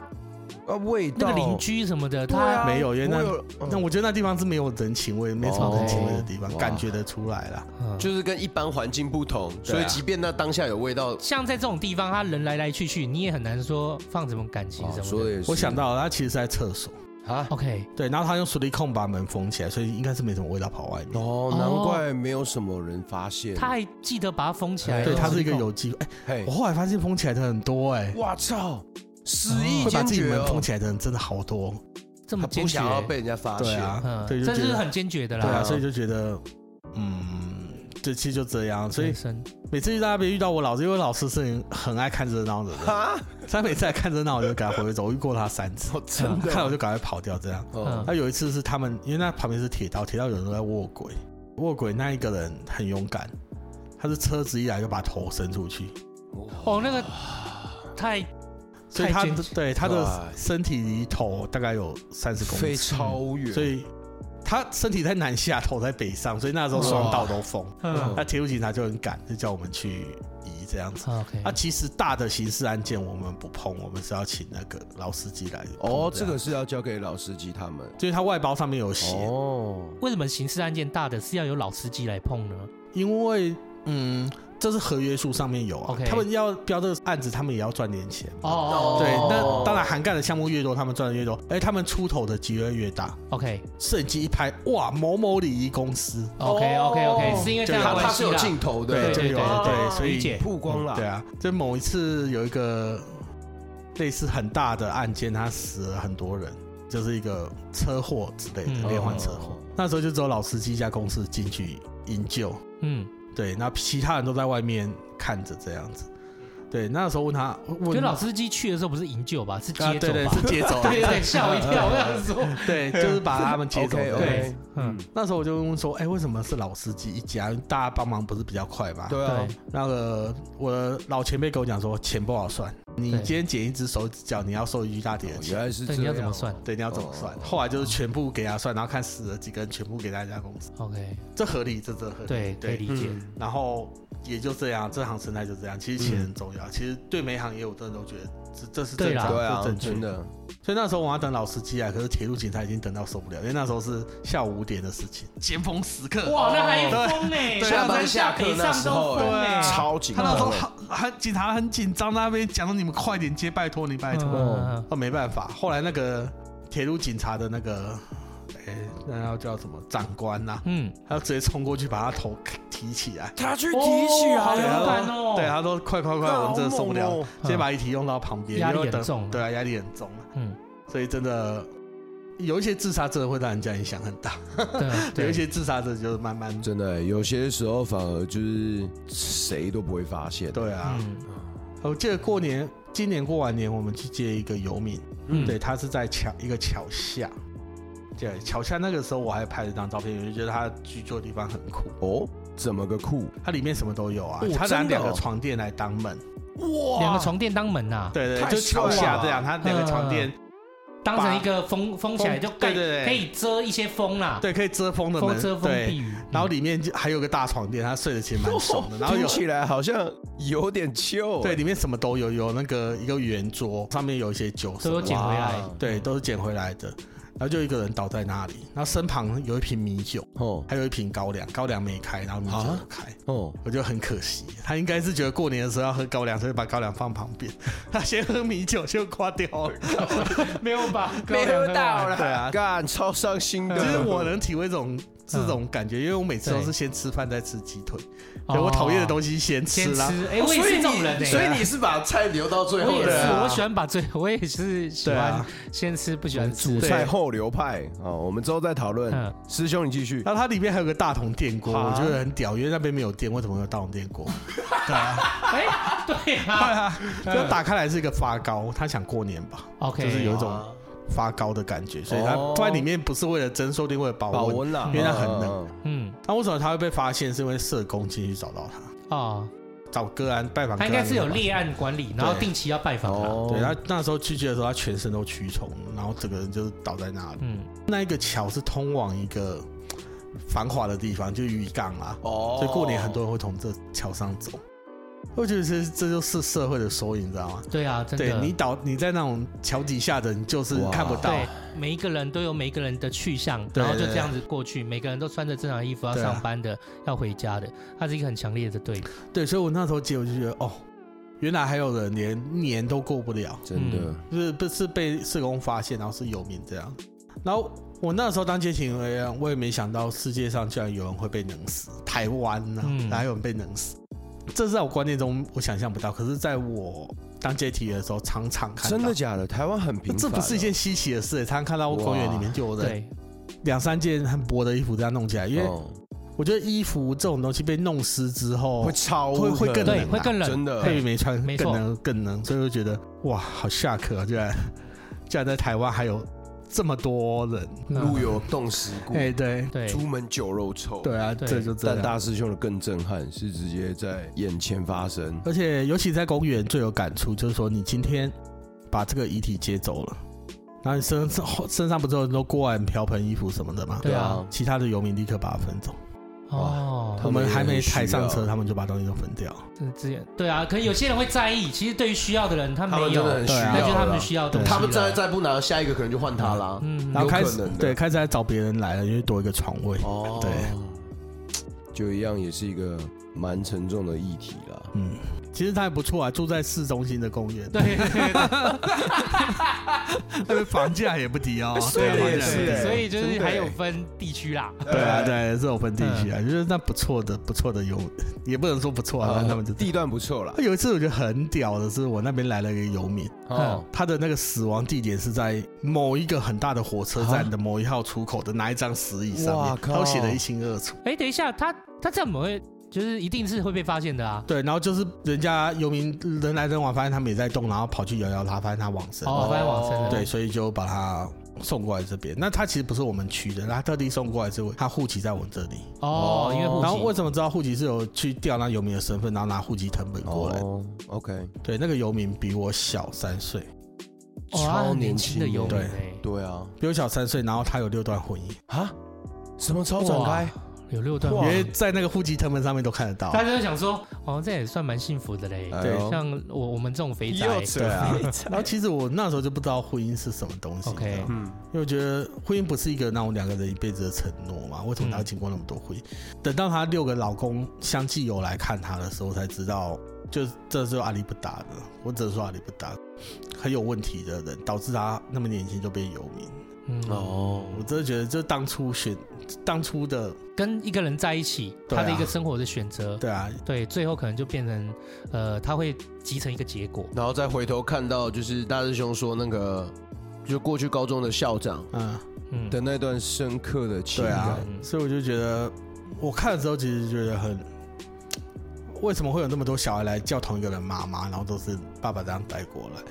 [SPEAKER 1] 啊，味
[SPEAKER 3] 那
[SPEAKER 1] 道
[SPEAKER 3] 个邻居什么的，
[SPEAKER 1] 对
[SPEAKER 3] 他
[SPEAKER 1] 啊
[SPEAKER 2] 没有因为那
[SPEAKER 1] 不会有嗯
[SPEAKER 2] 那我觉得那地方是没有人情味，没什么人情味的地方
[SPEAKER 1] 哦，
[SPEAKER 2] 感觉得出来啦。
[SPEAKER 3] 嗯
[SPEAKER 1] 就是跟一般环境不同，
[SPEAKER 2] 啊
[SPEAKER 1] 所以即便那当下有味道，
[SPEAKER 3] 像在这种地方，他人来来去去，你也很难说放什么感情
[SPEAKER 1] 哦
[SPEAKER 3] 什么
[SPEAKER 1] 说的
[SPEAKER 3] 的。
[SPEAKER 1] 也是，
[SPEAKER 2] 我想到了他其实是在厕所，
[SPEAKER 1] 啊，
[SPEAKER 3] OK，
[SPEAKER 2] 对，然后他用水力控把门封起来，所以应该是没什么味道跑外面。
[SPEAKER 1] 哦，难怪没有什么人发现，
[SPEAKER 3] 他还记得把它封起来。
[SPEAKER 2] 对，
[SPEAKER 1] 哦
[SPEAKER 2] 他是一个
[SPEAKER 3] 然后
[SPEAKER 2] 有机会。哎、
[SPEAKER 1] 嘿
[SPEAKER 2] 我，后来发现封起来的很多、哎，
[SPEAKER 1] 哇操，死
[SPEAKER 3] 哦
[SPEAKER 1] 意
[SPEAKER 2] 会把
[SPEAKER 1] 坚
[SPEAKER 2] 自己
[SPEAKER 1] 决
[SPEAKER 2] 门
[SPEAKER 1] 哦
[SPEAKER 2] 封，起来的人真的好多。
[SPEAKER 3] 这
[SPEAKER 1] 他
[SPEAKER 3] 么
[SPEAKER 1] 不
[SPEAKER 3] 坚决
[SPEAKER 1] 想，要被人家发
[SPEAKER 2] 对
[SPEAKER 1] 现，
[SPEAKER 2] 啊
[SPEAKER 3] 嗯，，
[SPEAKER 2] 对，就
[SPEAKER 3] 这
[SPEAKER 2] 觉
[SPEAKER 3] 是
[SPEAKER 2] 得
[SPEAKER 3] 很坚决的
[SPEAKER 2] 对
[SPEAKER 3] 啦。
[SPEAKER 2] 啊，所以就觉得，嗯，这其实就这样。所以
[SPEAKER 3] 人生
[SPEAKER 2] 每次遇到那边遇到我老师，因为我老师是很爱看热闹的人，
[SPEAKER 1] 啊，
[SPEAKER 2] 他每次来看热闹，我就赶快回走，我遇过他三次，啊
[SPEAKER 1] 哦， [laughs] 真的，
[SPEAKER 2] 看了我就赶快跑掉。这样，
[SPEAKER 1] 哦
[SPEAKER 3] 嗯
[SPEAKER 2] 那有一次是他们，因为那旁边是铁道，铁道有人都在卧轨，卧轨那一个人很勇敢，他是车子一来就把头伸出去，
[SPEAKER 3] 哦，那
[SPEAKER 2] [sighs]
[SPEAKER 3] 个太
[SPEAKER 2] 所以他
[SPEAKER 3] 太坚
[SPEAKER 2] 的
[SPEAKER 3] 决
[SPEAKER 2] 对他的
[SPEAKER 1] 哇
[SPEAKER 2] 身体离头大概有三十公
[SPEAKER 1] 飞
[SPEAKER 2] 尺，
[SPEAKER 1] 超远，
[SPEAKER 2] 所以。他身体在南下，头在北上，所以那时候双道都封。
[SPEAKER 3] 嗯
[SPEAKER 2] 那铁路警察就很赶，就叫我们去移这样子。
[SPEAKER 3] ，OK，
[SPEAKER 2] 啊，其实大的刑事案件我们不碰，我们是要请那个老司机来碰
[SPEAKER 1] 哦，这
[SPEAKER 2] 样
[SPEAKER 1] 个，是要交给老司机他们。
[SPEAKER 2] 就是他外包上面有写，
[SPEAKER 1] 哦，
[SPEAKER 3] 为什么刑事案件大的是要由老司机来碰呢？
[SPEAKER 2] 因为嗯，这是合约书上面有啊
[SPEAKER 3] OK
[SPEAKER 2] 他们要标这个案子，他们也要赚点钱。
[SPEAKER 3] 哦，
[SPEAKER 2] 对，
[SPEAKER 3] 哦
[SPEAKER 2] 那当然涵盖的项目越多，他们赚的越多，而他们出头的机会越大。
[SPEAKER 3] ，OK
[SPEAKER 2] 摄影机一拍，哇，某某礼仪公司，
[SPEAKER 3] OK OK OK，
[SPEAKER 1] 哦
[SPEAKER 3] 是因为这
[SPEAKER 2] 对
[SPEAKER 3] 样
[SPEAKER 1] 他
[SPEAKER 3] 的
[SPEAKER 1] 他
[SPEAKER 3] 关
[SPEAKER 1] 是
[SPEAKER 3] 系
[SPEAKER 1] 有
[SPEAKER 3] 啦。
[SPEAKER 1] 镜头
[SPEAKER 2] 对
[SPEAKER 1] 的，
[SPEAKER 3] 对
[SPEAKER 2] 就有啊
[SPEAKER 3] 对
[SPEAKER 2] 对，所
[SPEAKER 3] 理
[SPEAKER 2] 以
[SPEAKER 3] 解
[SPEAKER 1] 曝光了。
[SPEAKER 2] 对啊，就某一次有一个类似很大的案件，他死了很多人，就是一个车祸之类
[SPEAKER 3] 嗯
[SPEAKER 2] 的连环车祸。那时候就只有老司机一家公司进去营救，
[SPEAKER 3] 嗯，
[SPEAKER 2] 对，那其他人都在外面看着这样子。对，那时候问他，
[SPEAKER 3] 就
[SPEAKER 2] 问
[SPEAKER 3] 老司机去的时候不是营救吧，是
[SPEAKER 2] 啊，
[SPEAKER 3] 接走
[SPEAKER 2] 对对，
[SPEAKER 3] 吧，
[SPEAKER 2] 是？接
[SPEAKER 3] [laughs]
[SPEAKER 2] 走
[SPEAKER 3] 对对对，吓我一跳，我想说，
[SPEAKER 2] [laughs] 对，就是把他们接走。
[SPEAKER 1] OK
[SPEAKER 2] 对，
[SPEAKER 1] OK，嗯，
[SPEAKER 2] 那时候我就问说，哎、为什么是老司机一家？大家帮忙不是比较快吗？
[SPEAKER 1] 对啊
[SPEAKER 3] 对，
[SPEAKER 2] 那个我的老前辈跟我讲说，钱不好算，你
[SPEAKER 3] 对
[SPEAKER 2] 今天剪一只手指脚，你要收一大叠的
[SPEAKER 1] 哦
[SPEAKER 2] 钱。
[SPEAKER 1] 原来是这样。
[SPEAKER 3] 对，你要怎么算
[SPEAKER 2] 对，你要怎么算
[SPEAKER 1] 哦？
[SPEAKER 2] 后来就是全部给他算，然后看死了几个人，全部给大家公司，
[SPEAKER 3] ？OK，
[SPEAKER 2] 这合理，这这合理。
[SPEAKER 3] 对，可以
[SPEAKER 2] 对。
[SPEAKER 3] 理解。
[SPEAKER 1] 嗯
[SPEAKER 2] 然后也就这样，这行生态就这样。其实钱很重要，其实对每一行业我真的都觉得这这是
[SPEAKER 3] 对
[SPEAKER 2] 正
[SPEAKER 3] 啦
[SPEAKER 2] 常，
[SPEAKER 1] 对啊
[SPEAKER 2] 这，正确
[SPEAKER 1] 真。的。
[SPEAKER 2] 所以那时候我要等老司机啊，可是铁路警察已经等到受不了，因为那时候是下午五点的事情，尖峰时刻。
[SPEAKER 3] 哇，那还
[SPEAKER 2] 对
[SPEAKER 3] 疯哎，
[SPEAKER 2] 嗯对
[SPEAKER 1] 下
[SPEAKER 3] 上
[SPEAKER 1] 班
[SPEAKER 3] 山
[SPEAKER 1] 下课
[SPEAKER 3] 北
[SPEAKER 1] 那
[SPEAKER 3] 上
[SPEAKER 1] 时
[SPEAKER 3] 都
[SPEAKER 1] 候，
[SPEAKER 3] 疯
[SPEAKER 1] 哎
[SPEAKER 3] 哎，
[SPEAKER 1] 超紧
[SPEAKER 2] 他
[SPEAKER 1] 张。
[SPEAKER 2] 那时候很很警察很紧张，在那边讲说你们快点接，拜托你，拜托。
[SPEAKER 3] 嗯
[SPEAKER 2] 哦，没办法，后来那个铁路警察的那个，哎、那要叫什么长官呐、
[SPEAKER 3] 嗯，
[SPEAKER 2] 他直接冲过去把他头提起来，
[SPEAKER 1] 他去
[SPEAKER 3] 好
[SPEAKER 2] 对
[SPEAKER 3] 勇
[SPEAKER 2] 啊
[SPEAKER 3] 敢哦，
[SPEAKER 2] 对，他说快快快，我们真的受不了，直接
[SPEAKER 3] 嗯
[SPEAKER 2] 把遗体用到旁边，
[SPEAKER 3] 压力
[SPEAKER 2] 因为等
[SPEAKER 3] 很重
[SPEAKER 2] 对啊，压力很重啊，
[SPEAKER 3] 嗯，
[SPEAKER 2] 所以真的有一些自杀真的会让人家影响很大，
[SPEAKER 3] 对，啊对
[SPEAKER 2] [laughs] 有一些自杀者就是慢慢
[SPEAKER 1] 真的，有些时候反而就是谁都不会发现。
[SPEAKER 2] 对啊，
[SPEAKER 3] 嗯
[SPEAKER 2] 我记得过年，今年过完年我们去接一个游民，
[SPEAKER 3] 嗯
[SPEAKER 2] 对，他是在桥一个桥下。对，桥下那个时候我还拍了张照片，我就觉得他居住的地方很酷，
[SPEAKER 1] 哦，怎么个酷？
[SPEAKER 2] 它里面什么都有啊
[SPEAKER 1] 哦，
[SPEAKER 2] 它拿
[SPEAKER 1] 真的
[SPEAKER 2] 两
[SPEAKER 1] 哦
[SPEAKER 2] 个床垫来当门，
[SPEAKER 3] 哦
[SPEAKER 1] 哇
[SPEAKER 3] 两个床垫当门啊呐，
[SPEAKER 2] 对对，
[SPEAKER 1] 太
[SPEAKER 2] 就桥
[SPEAKER 1] 帅了
[SPEAKER 2] 下
[SPEAKER 1] 吧
[SPEAKER 2] 这样，它两个床垫，
[SPEAKER 3] 嗯当成一个封封起来就盖，
[SPEAKER 2] 对对对
[SPEAKER 3] 可以遮一些风啦，
[SPEAKER 2] 对，可以遮风的
[SPEAKER 3] 风
[SPEAKER 2] 门，
[SPEAKER 3] 遮风避
[SPEAKER 2] 对，
[SPEAKER 3] 雨。嗯
[SPEAKER 2] 然后里面就还有个大床垫，他睡得其实蛮爽
[SPEAKER 3] 哦
[SPEAKER 2] 的，然后
[SPEAKER 1] 听
[SPEAKER 2] 有。
[SPEAKER 1] 起来好像有点旧。哎
[SPEAKER 2] 对，，里面什么都有，有那个一个圆桌，上面有一些酒什
[SPEAKER 3] 都有
[SPEAKER 2] 么的，
[SPEAKER 3] 捡回来
[SPEAKER 1] 哇，
[SPEAKER 2] 对，都是捡回来的。然后就一个人倒在那里，然后身旁有一瓶米酒，
[SPEAKER 1] 哦
[SPEAKER 2] 还有一瓶高粱，高粱没开，然后米酒
[SPEAKER 1] 啊
[SPEAKER 2] 有开，
[SPEAKER 1] 哦，
[SPEAKER 2] 我觉得很可惜。他应该是觉得过年的时候要喝高粱，所以把高粱放旁边， [laughs] 他先喝米酒就挂掉了。
[SPEAKER 3] 没有吧？
[SPEAKER 1] 没喝到了，
[SPEAKER 2] 对啊
[SPEAKER 1] 干超伤心的。
[SPEAKER 2] 其实我能体会这种这种感觉，因为我每次都是先吃饭再吃鸡腿，对我讨厌的
[SPEAKER 3] 西
[SPEAKER 2] 东西先吃
[SPEAKER 3] 先吃
[SPEAKER 2] 啦。。
[SPEAKER 3] 哎，我也
[SPEAKER 1] 所以
[SPEAKER 3] 是
[SPEAKER 1] 你
[SPEAKER 3] 这种人哎，
[SPEAKER 1] 所以你是把菜留到最
[SPEAKER 3] 我
[SPEAKER 1] 后
[SPEAKER 3] 也
[SPEAKER 1] 的
[SPEAKER 3] 是，
[SPEAKER 1] 啊。
[SPEAKER 3] 我喜欢把最，我也是喜
[SPEAKER 2] 对
[SPEAKER 3] 欢
[SPEAKER 2] 啊
[SPEAKER 3] 先吃不喜欢吃
[SPEAKER 1] 主
[SPEAKER 3] 对
[SPEAKER 1] 菜后流派啊，哦我们之后再讨论
[SPEAKER 3] 嗯。
[SPEAKER 1] 师兄，你继续。
[SPEAKER 2] 然后它里面还有个大同电锅，
[SPEAKER 1] 啊
[SPEAKER 2] 我觉得很屌，因为那边没有电，为什么会有大同电锅？对啊，
[SPEAKER 3] 哎，对
[SPEAKER 2] 对
[SPEAKER 3] [laughs] 啊
[SPEAKER 2] 啊，就打开来是一个发糕，他想过年吧，
[SPEAKER 3] ，OK，
[SPEAKER 2] 就是有一种发糕的感觉，所以它
[SPEAKER 1] 哦
[SPEAKER 2] 放在里面不是为了蒸，说不定为了保
[SPEAKER 1] 保
[SPEAKER 2] 温。啊
[SPEAKER 1] 温啦，
[SPEAKER 2] 因为它很
[SPEAKER 1] 嗯。
[SPEAKER 2] 冷
[SPEAKER 1] 嗯嗯
[SPEAKER 3] 嗯
[SPEAKER 2] 那为什么他会被发现？是因为社工进去找到他，
[SPEAKER 3] 哦，
[SPEAKER 2] 找个案拜访个
[SPEAKER 3] 他
[SPEAKER 2] 案
[SPEAKER 3] 应
[SPEAKER 2] 的时候。
[SPEAKER 3] 该是有立案管理，然后
[SPEAKER 2] 对
[SPEAKER 3] 定期要拜访他。
[SPEAKER 1] 哦，
[SPEAKER 2] 对，他那时候去去的时候，他全身都蛆虫，然后整个人就是倒在那里。
[SPEAKER 3] 嗯，
[SPEAKER 2] 那一个桥是通往一个繁华的地方，就渔港啊，
[SPEAKER 1] 哦
[SPEAKER 2] 所以过年很多人会从这桥上走。我觉得这这就是社会的缩影，你知道吗？
[SPEAKER 3] 对啊，真
[SPEAKER 2] 对
[SPEAKER 3] 的。
[SPEAKER 2] 你倒你在那种桥底下的，你就是
[SPEAKER 1] 哇
[SPEAKER 2] 看不到。
[SPEAKER 3] 对每一个人都有每一个人的去向，
[SPEAKER 2] 对
[SPEAKER 3] 然后就这样子过去，每个人都穿着正常衣服要
[SPEAKER 2] 对啊啊
[SPEAKER 3] 上班的，要回家的，它是一个很强烈的对比。
[SPEAKER 2] 对所以我那时候姐我就觉得，哦，原来还有人连年都过不了，
[SPEAKER 1] 真的
[SPEAKER 3] 嗯
[SPEAKER 2] 就是不是被社工发现，然后是有名这样。然后我那时候当街行为人，我也没想到世界上居然有人会被冷死，台湾呐、啊，
[SPEAKER 3] 嗯
[SPEAKER 2] 哪有人被冷死？这是在我观念中我想象不到，可是在我当阶梯的时候，常常看到。
[SPEAKER 1] 真的假的？台湾很平凡哦，
[SPEAKER 2] 这不是一件稀奇的事，常常看到公园里面就有人
[SPEAKER 3] 对，
[SPEAKER 2] 两三件很薄的衣服这样弄起来，因为
[SPEAKER 1] 哦
[SPEAKER 2] 我觉得衣服这种东西被弄湿之后
[SPEAKER 1] 会，超
[SPEAKER 2] 会会更冷
[SPEAKER 3] 对，会更冷。
[SPEAKER 1] 真的
[SPEAKER 2] 配没穿
[SPEAKER 3] 没
[SPEAKER 2] 更
[SPEAKER 3] 错
[SPEAKER 2] 能更能，所以我觉得哇，好下课啊！居然居然在台湾还有这么多人，
[SPEAKER 1] 路有冻死骨，
[SPEAKER 2] 哎、对
[SPEAKER 3] 嗯对，
[SPEAKER 1] 朱门酒肉臭。
[SPEAKER 2] 对啊，
[SPEAKER 3] 对
[SPEAKER 2] 这就这
[SPEAKER 1] 但
[SPEAKER 2] 样。
[SPEAKER 1] 大师兄的更震撼，是直接在眼前发生。
[SPEAKER 2] 而且尤其在公园最有感触，就是说你今天把这个遗体接走了，然后你身上身上不是有很多锅碗瓢盆、衣服什么的吗？
[SPEAKER 3] 对啊，
[SPEAKER 2] 其他的游民立刻把它分走，
[SPEAKER 3] 哦，
[SPEAKER 1] 他
[SPEAKER 2] 我
[SPEAKER 1] 们
[SPEAKER 2] 们啊
[SPEAKER 1] 也
[SPEAKER 2] 还没
[SPEAKER 1] 很需
[SPEAKER 2] 抬上
[SPEAKER 1] 要
[SPEAKER 2] 车，他们就把东西都分掉。
[SPEAKER 3] 这资源对啊，可能有些人会在意，其实对于需要的人，他
[SPEAKER 1] 他
[SPEAKER 3] 没
[SPEAKER 1] 们
[SPEAKER 3] 有
[SPEAKER 1] 真，的很需
[SPEAKER 2] 对
[SPEAKER 1] 要
[SPEAKER 2] 啊
[SPEAKER 1] 啦，
[SPEAKER 3] 那就是他们需要的东西
[SPEAKER 1] 他们
[SPEAKER 3] 了
[SPEAKER 1] 再再不拿，下一个可能就换他啦。
[SPEAKER 3] 嗯，
[SPEAKER 2] 然后开
[SPEAKER 1] 有可
[SPEAKER 2] 始
[SPEAKER 1] 能的
[SPEAKER 2] 对开始在找别人来了，因为多一个床位。
[SPEAKER 1] 哦，。
[SPEAKER 2] 对，
[SPEAKER 4] 就一样也是一个蛮沉重的议题啦。
[SPEAKER 2] 嗯，其实他还不错啊，住在市中心的公园，
[SPEAKER 3] 对 [laughs] 对对对
[SPEAKER 2] 那边房价也不低哦
[SPEAKER 1] 对
[SPEAKER 2] 房价
[SPEAKER 1] 也是
[SPEAKER 2] 不低
[SPEAKER 1] 对
[SPEAKER 3] 所以就
[SPEAKER 1] 真
[SPEAKER 3] 是
[SPEAKER 1] 的哎
[SPEAKER 3] 还
[SPEAKER 1] 耶
[SPEAKER 3] 有分地区啦，
[SPEAKER 2] 对啊，对，这种分地区啊，就是那不错的、不错的游，也不能说不错啊，
[SPEAKER 1] 嗯
[SPEAKER 2] 反正他
[SPEAKER 1] 呃
[SPEAKER 2] 们就哎
[SPEAKER 4] 地段不错啦。
[SPEAKER 2] 有一次我觉得很屌的是，我那边来了一个游民，
[SPEAKER 1] 哦，
[SPEAKER 2] 他的那个死亡地点是在某一个很大的火车站的某一号出口的哪一张石椅上
[SPEAKER 4] 哇
[SPEAKER 2] 面，
[SPEAKER 4] 靠
[SPEAKER 2] 他都写的一清二楚。
[SPEAKER 3] 哎，等一下，他他这样怎么会？就是一定是会被发现的啊！
[SPEAKER 2] 对，然后就是人家游民人来人往，发现他们也在动，然后跑去摇摇他，发现他往生。
[SPEAKER 3] 哦，发现网生了。
[SPEAKER 2] 对，所以就把他送过来这边。那他其实不是我们区的，他特地送过来是他户籍在我这里。
[SPEAKER 3] 哦，因为户籍
[SPEAKER 2] 然后为什么知道户籍是有去调那游民的身份，然后拿户籍成本嗯过来？
[SPEAKER 4] 哦，OK，
[SPEAKER 2] 对，那个游民比我小三岁，
[SPEAKER 3] 哦他
[SPEAKER 4] 超
[SPEAKER 3] 很
[SPEAKER 4] 年
[SPEAKER 3] 年
[SPEAKER 4] 轻
[SPEAKER 3] 轻的游民
[SPEAKER 2] 对
[SPEAKER 3] 哎，
[SPEAKER 4] 对啊，
[SPEAKER 2] 比我小三岁，然后他有六段婚姻，
[SPEAKER 4] 啊，什么超展
[SPEAKER 3] 哇，
[SPEAKER 4] 开？
[SPEAKER 3] 有六段
[SPEAKER 2] 因
[SPEAKER 3] 婚姻，
[SPEAKER 2] 为在那个户籍成本上面都看得到。
[SPEAKER 3] 大家就想说，哦，这也算蛮幸福的嘞。
[SPEAKER 4] 哎呦
[SPEAKER 3] 像我我们这种肥宅，
[SPEAKER 2] 对啊，然后其实我那时候就不知道婚姻是什么东西
[SPEAKER 3] OK
[SPEAKER 2] 你知道
[SPEAKER 1] [laughs]
[SPEAKER 2] 吗
[SPEAKER 1] 嗯，
[SPEAKER 2] 因为我觉得婚姻不是一个让我两个人一辈子的承诺嘛，为什么他要经过那么多婚姻？等到她六个老公相继有来看她的时候，才知道，就这是阿里不达的，我只能说阿里不达很有问题的人，导致她那么年轻就变游民。
[SPEAKER 3] 嗯，
[SPEAKER 1] 哦，
[SPEAKER 2] 我真的觉得，就当初选当初的，
[SPEAKER 3] 跟一个人在一起，
[SPEAKER 2] 对啊
[SPEAKER 3] 他的一个生活的选择，
[SPEAKER 2] 对啊，
[SPEAKER 3] 对，最后可能就变成，呃，他会集成一个结果。
[SPEAKER 1] 然后再回头看到，就是大师兄说那个，就过去高中的校长，
[SPEAKER 2] 嗯，
[SPEAKER 3] 嗯，
[SPEAKER 1] 啊
[SPEAKER 4] 的那段深刻的情
[SPEAKER 2] 对啊
[SPEAKER 4] 感，，
[SPEAKER 2] 所以我就觉得，我看的时候其实觉得很，为什么会有那么多小孩来叫同一个人妈妈，然后都是爸爸这样带过来，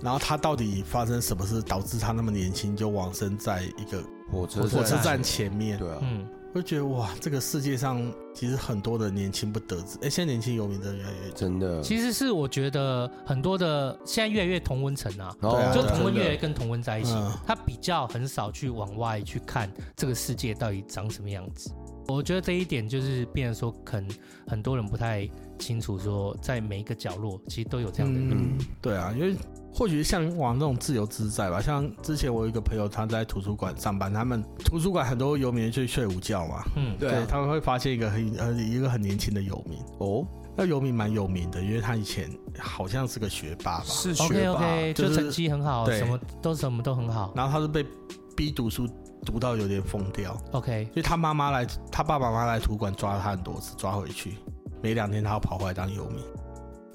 [SPEAKER 2] 然后他到底发生什么事导致他那么年轻就往生在一个
[SPEAKER 4] 火车
[SPEAKER 2] 火车
[SPEAKER 4] 站
[SPEAKER 2] 站前面？
[SPEAKER 4] 对啊，
[SPEAKER 3] 嗯，
[SPEAKER 2] 我就觉得哇，这个世界上其实很多的年轻不得志，哎，现在年轻游民真的越来越
[SPEAKER 4] 真的。
[SPEAKER 3] 其实是我觉得很多的现在越来越同温层啊，
[SPEAKER 4] 然后
[SPEAKER 2] 对啊
[SPEAKER 3] 就
[SPEAKER 2] 真的
[SPEAKER 3] 同温越来越跟同温在一起
[SPEAKER 2] 嗯，
[SPEAKER 3] 他比较很少去往外去看这个世界到底长什么样子。我觉得这一点就是，变成说，可能很多人不太清楚，说在每一个角落其实都有这样的人。
[SPEAKER 2] 嗯，对啊，因为或许向往那种自由自在吧。像之前我有一个朋友，他在图书馆上班，他们图书馆很多游民去睡午觉嘛，
[SPEAKER 3] 嗯，
[SPEAKER 1] 对啊
[SPEAKER 2] 他们会发现一个很呃一个很年轻的游民，
[SPEAKER 4] 哦，
[SPEAKER 2] 那游民蛮有名的，因为他以前好像是个学霸吧，
[SPEAKER 4] 是学霸
[SPEAKER 3] OK OK，
[SPEAKER 2] 就是
[SPEAKER 3] 就成绩很好，
[SPEAKER 2] 对
[SPEAKER 3] 什么都什么都很好。
[SPEAKER 2] 然后他是被逼读书读到有点疯掉，
[SPEAKER 3] OK，
[SPEAKER 2] 所以他妈妈来，他爸爸妈妈来图书馆抓他很多次，抓回去，没两天他要跑回来当游民，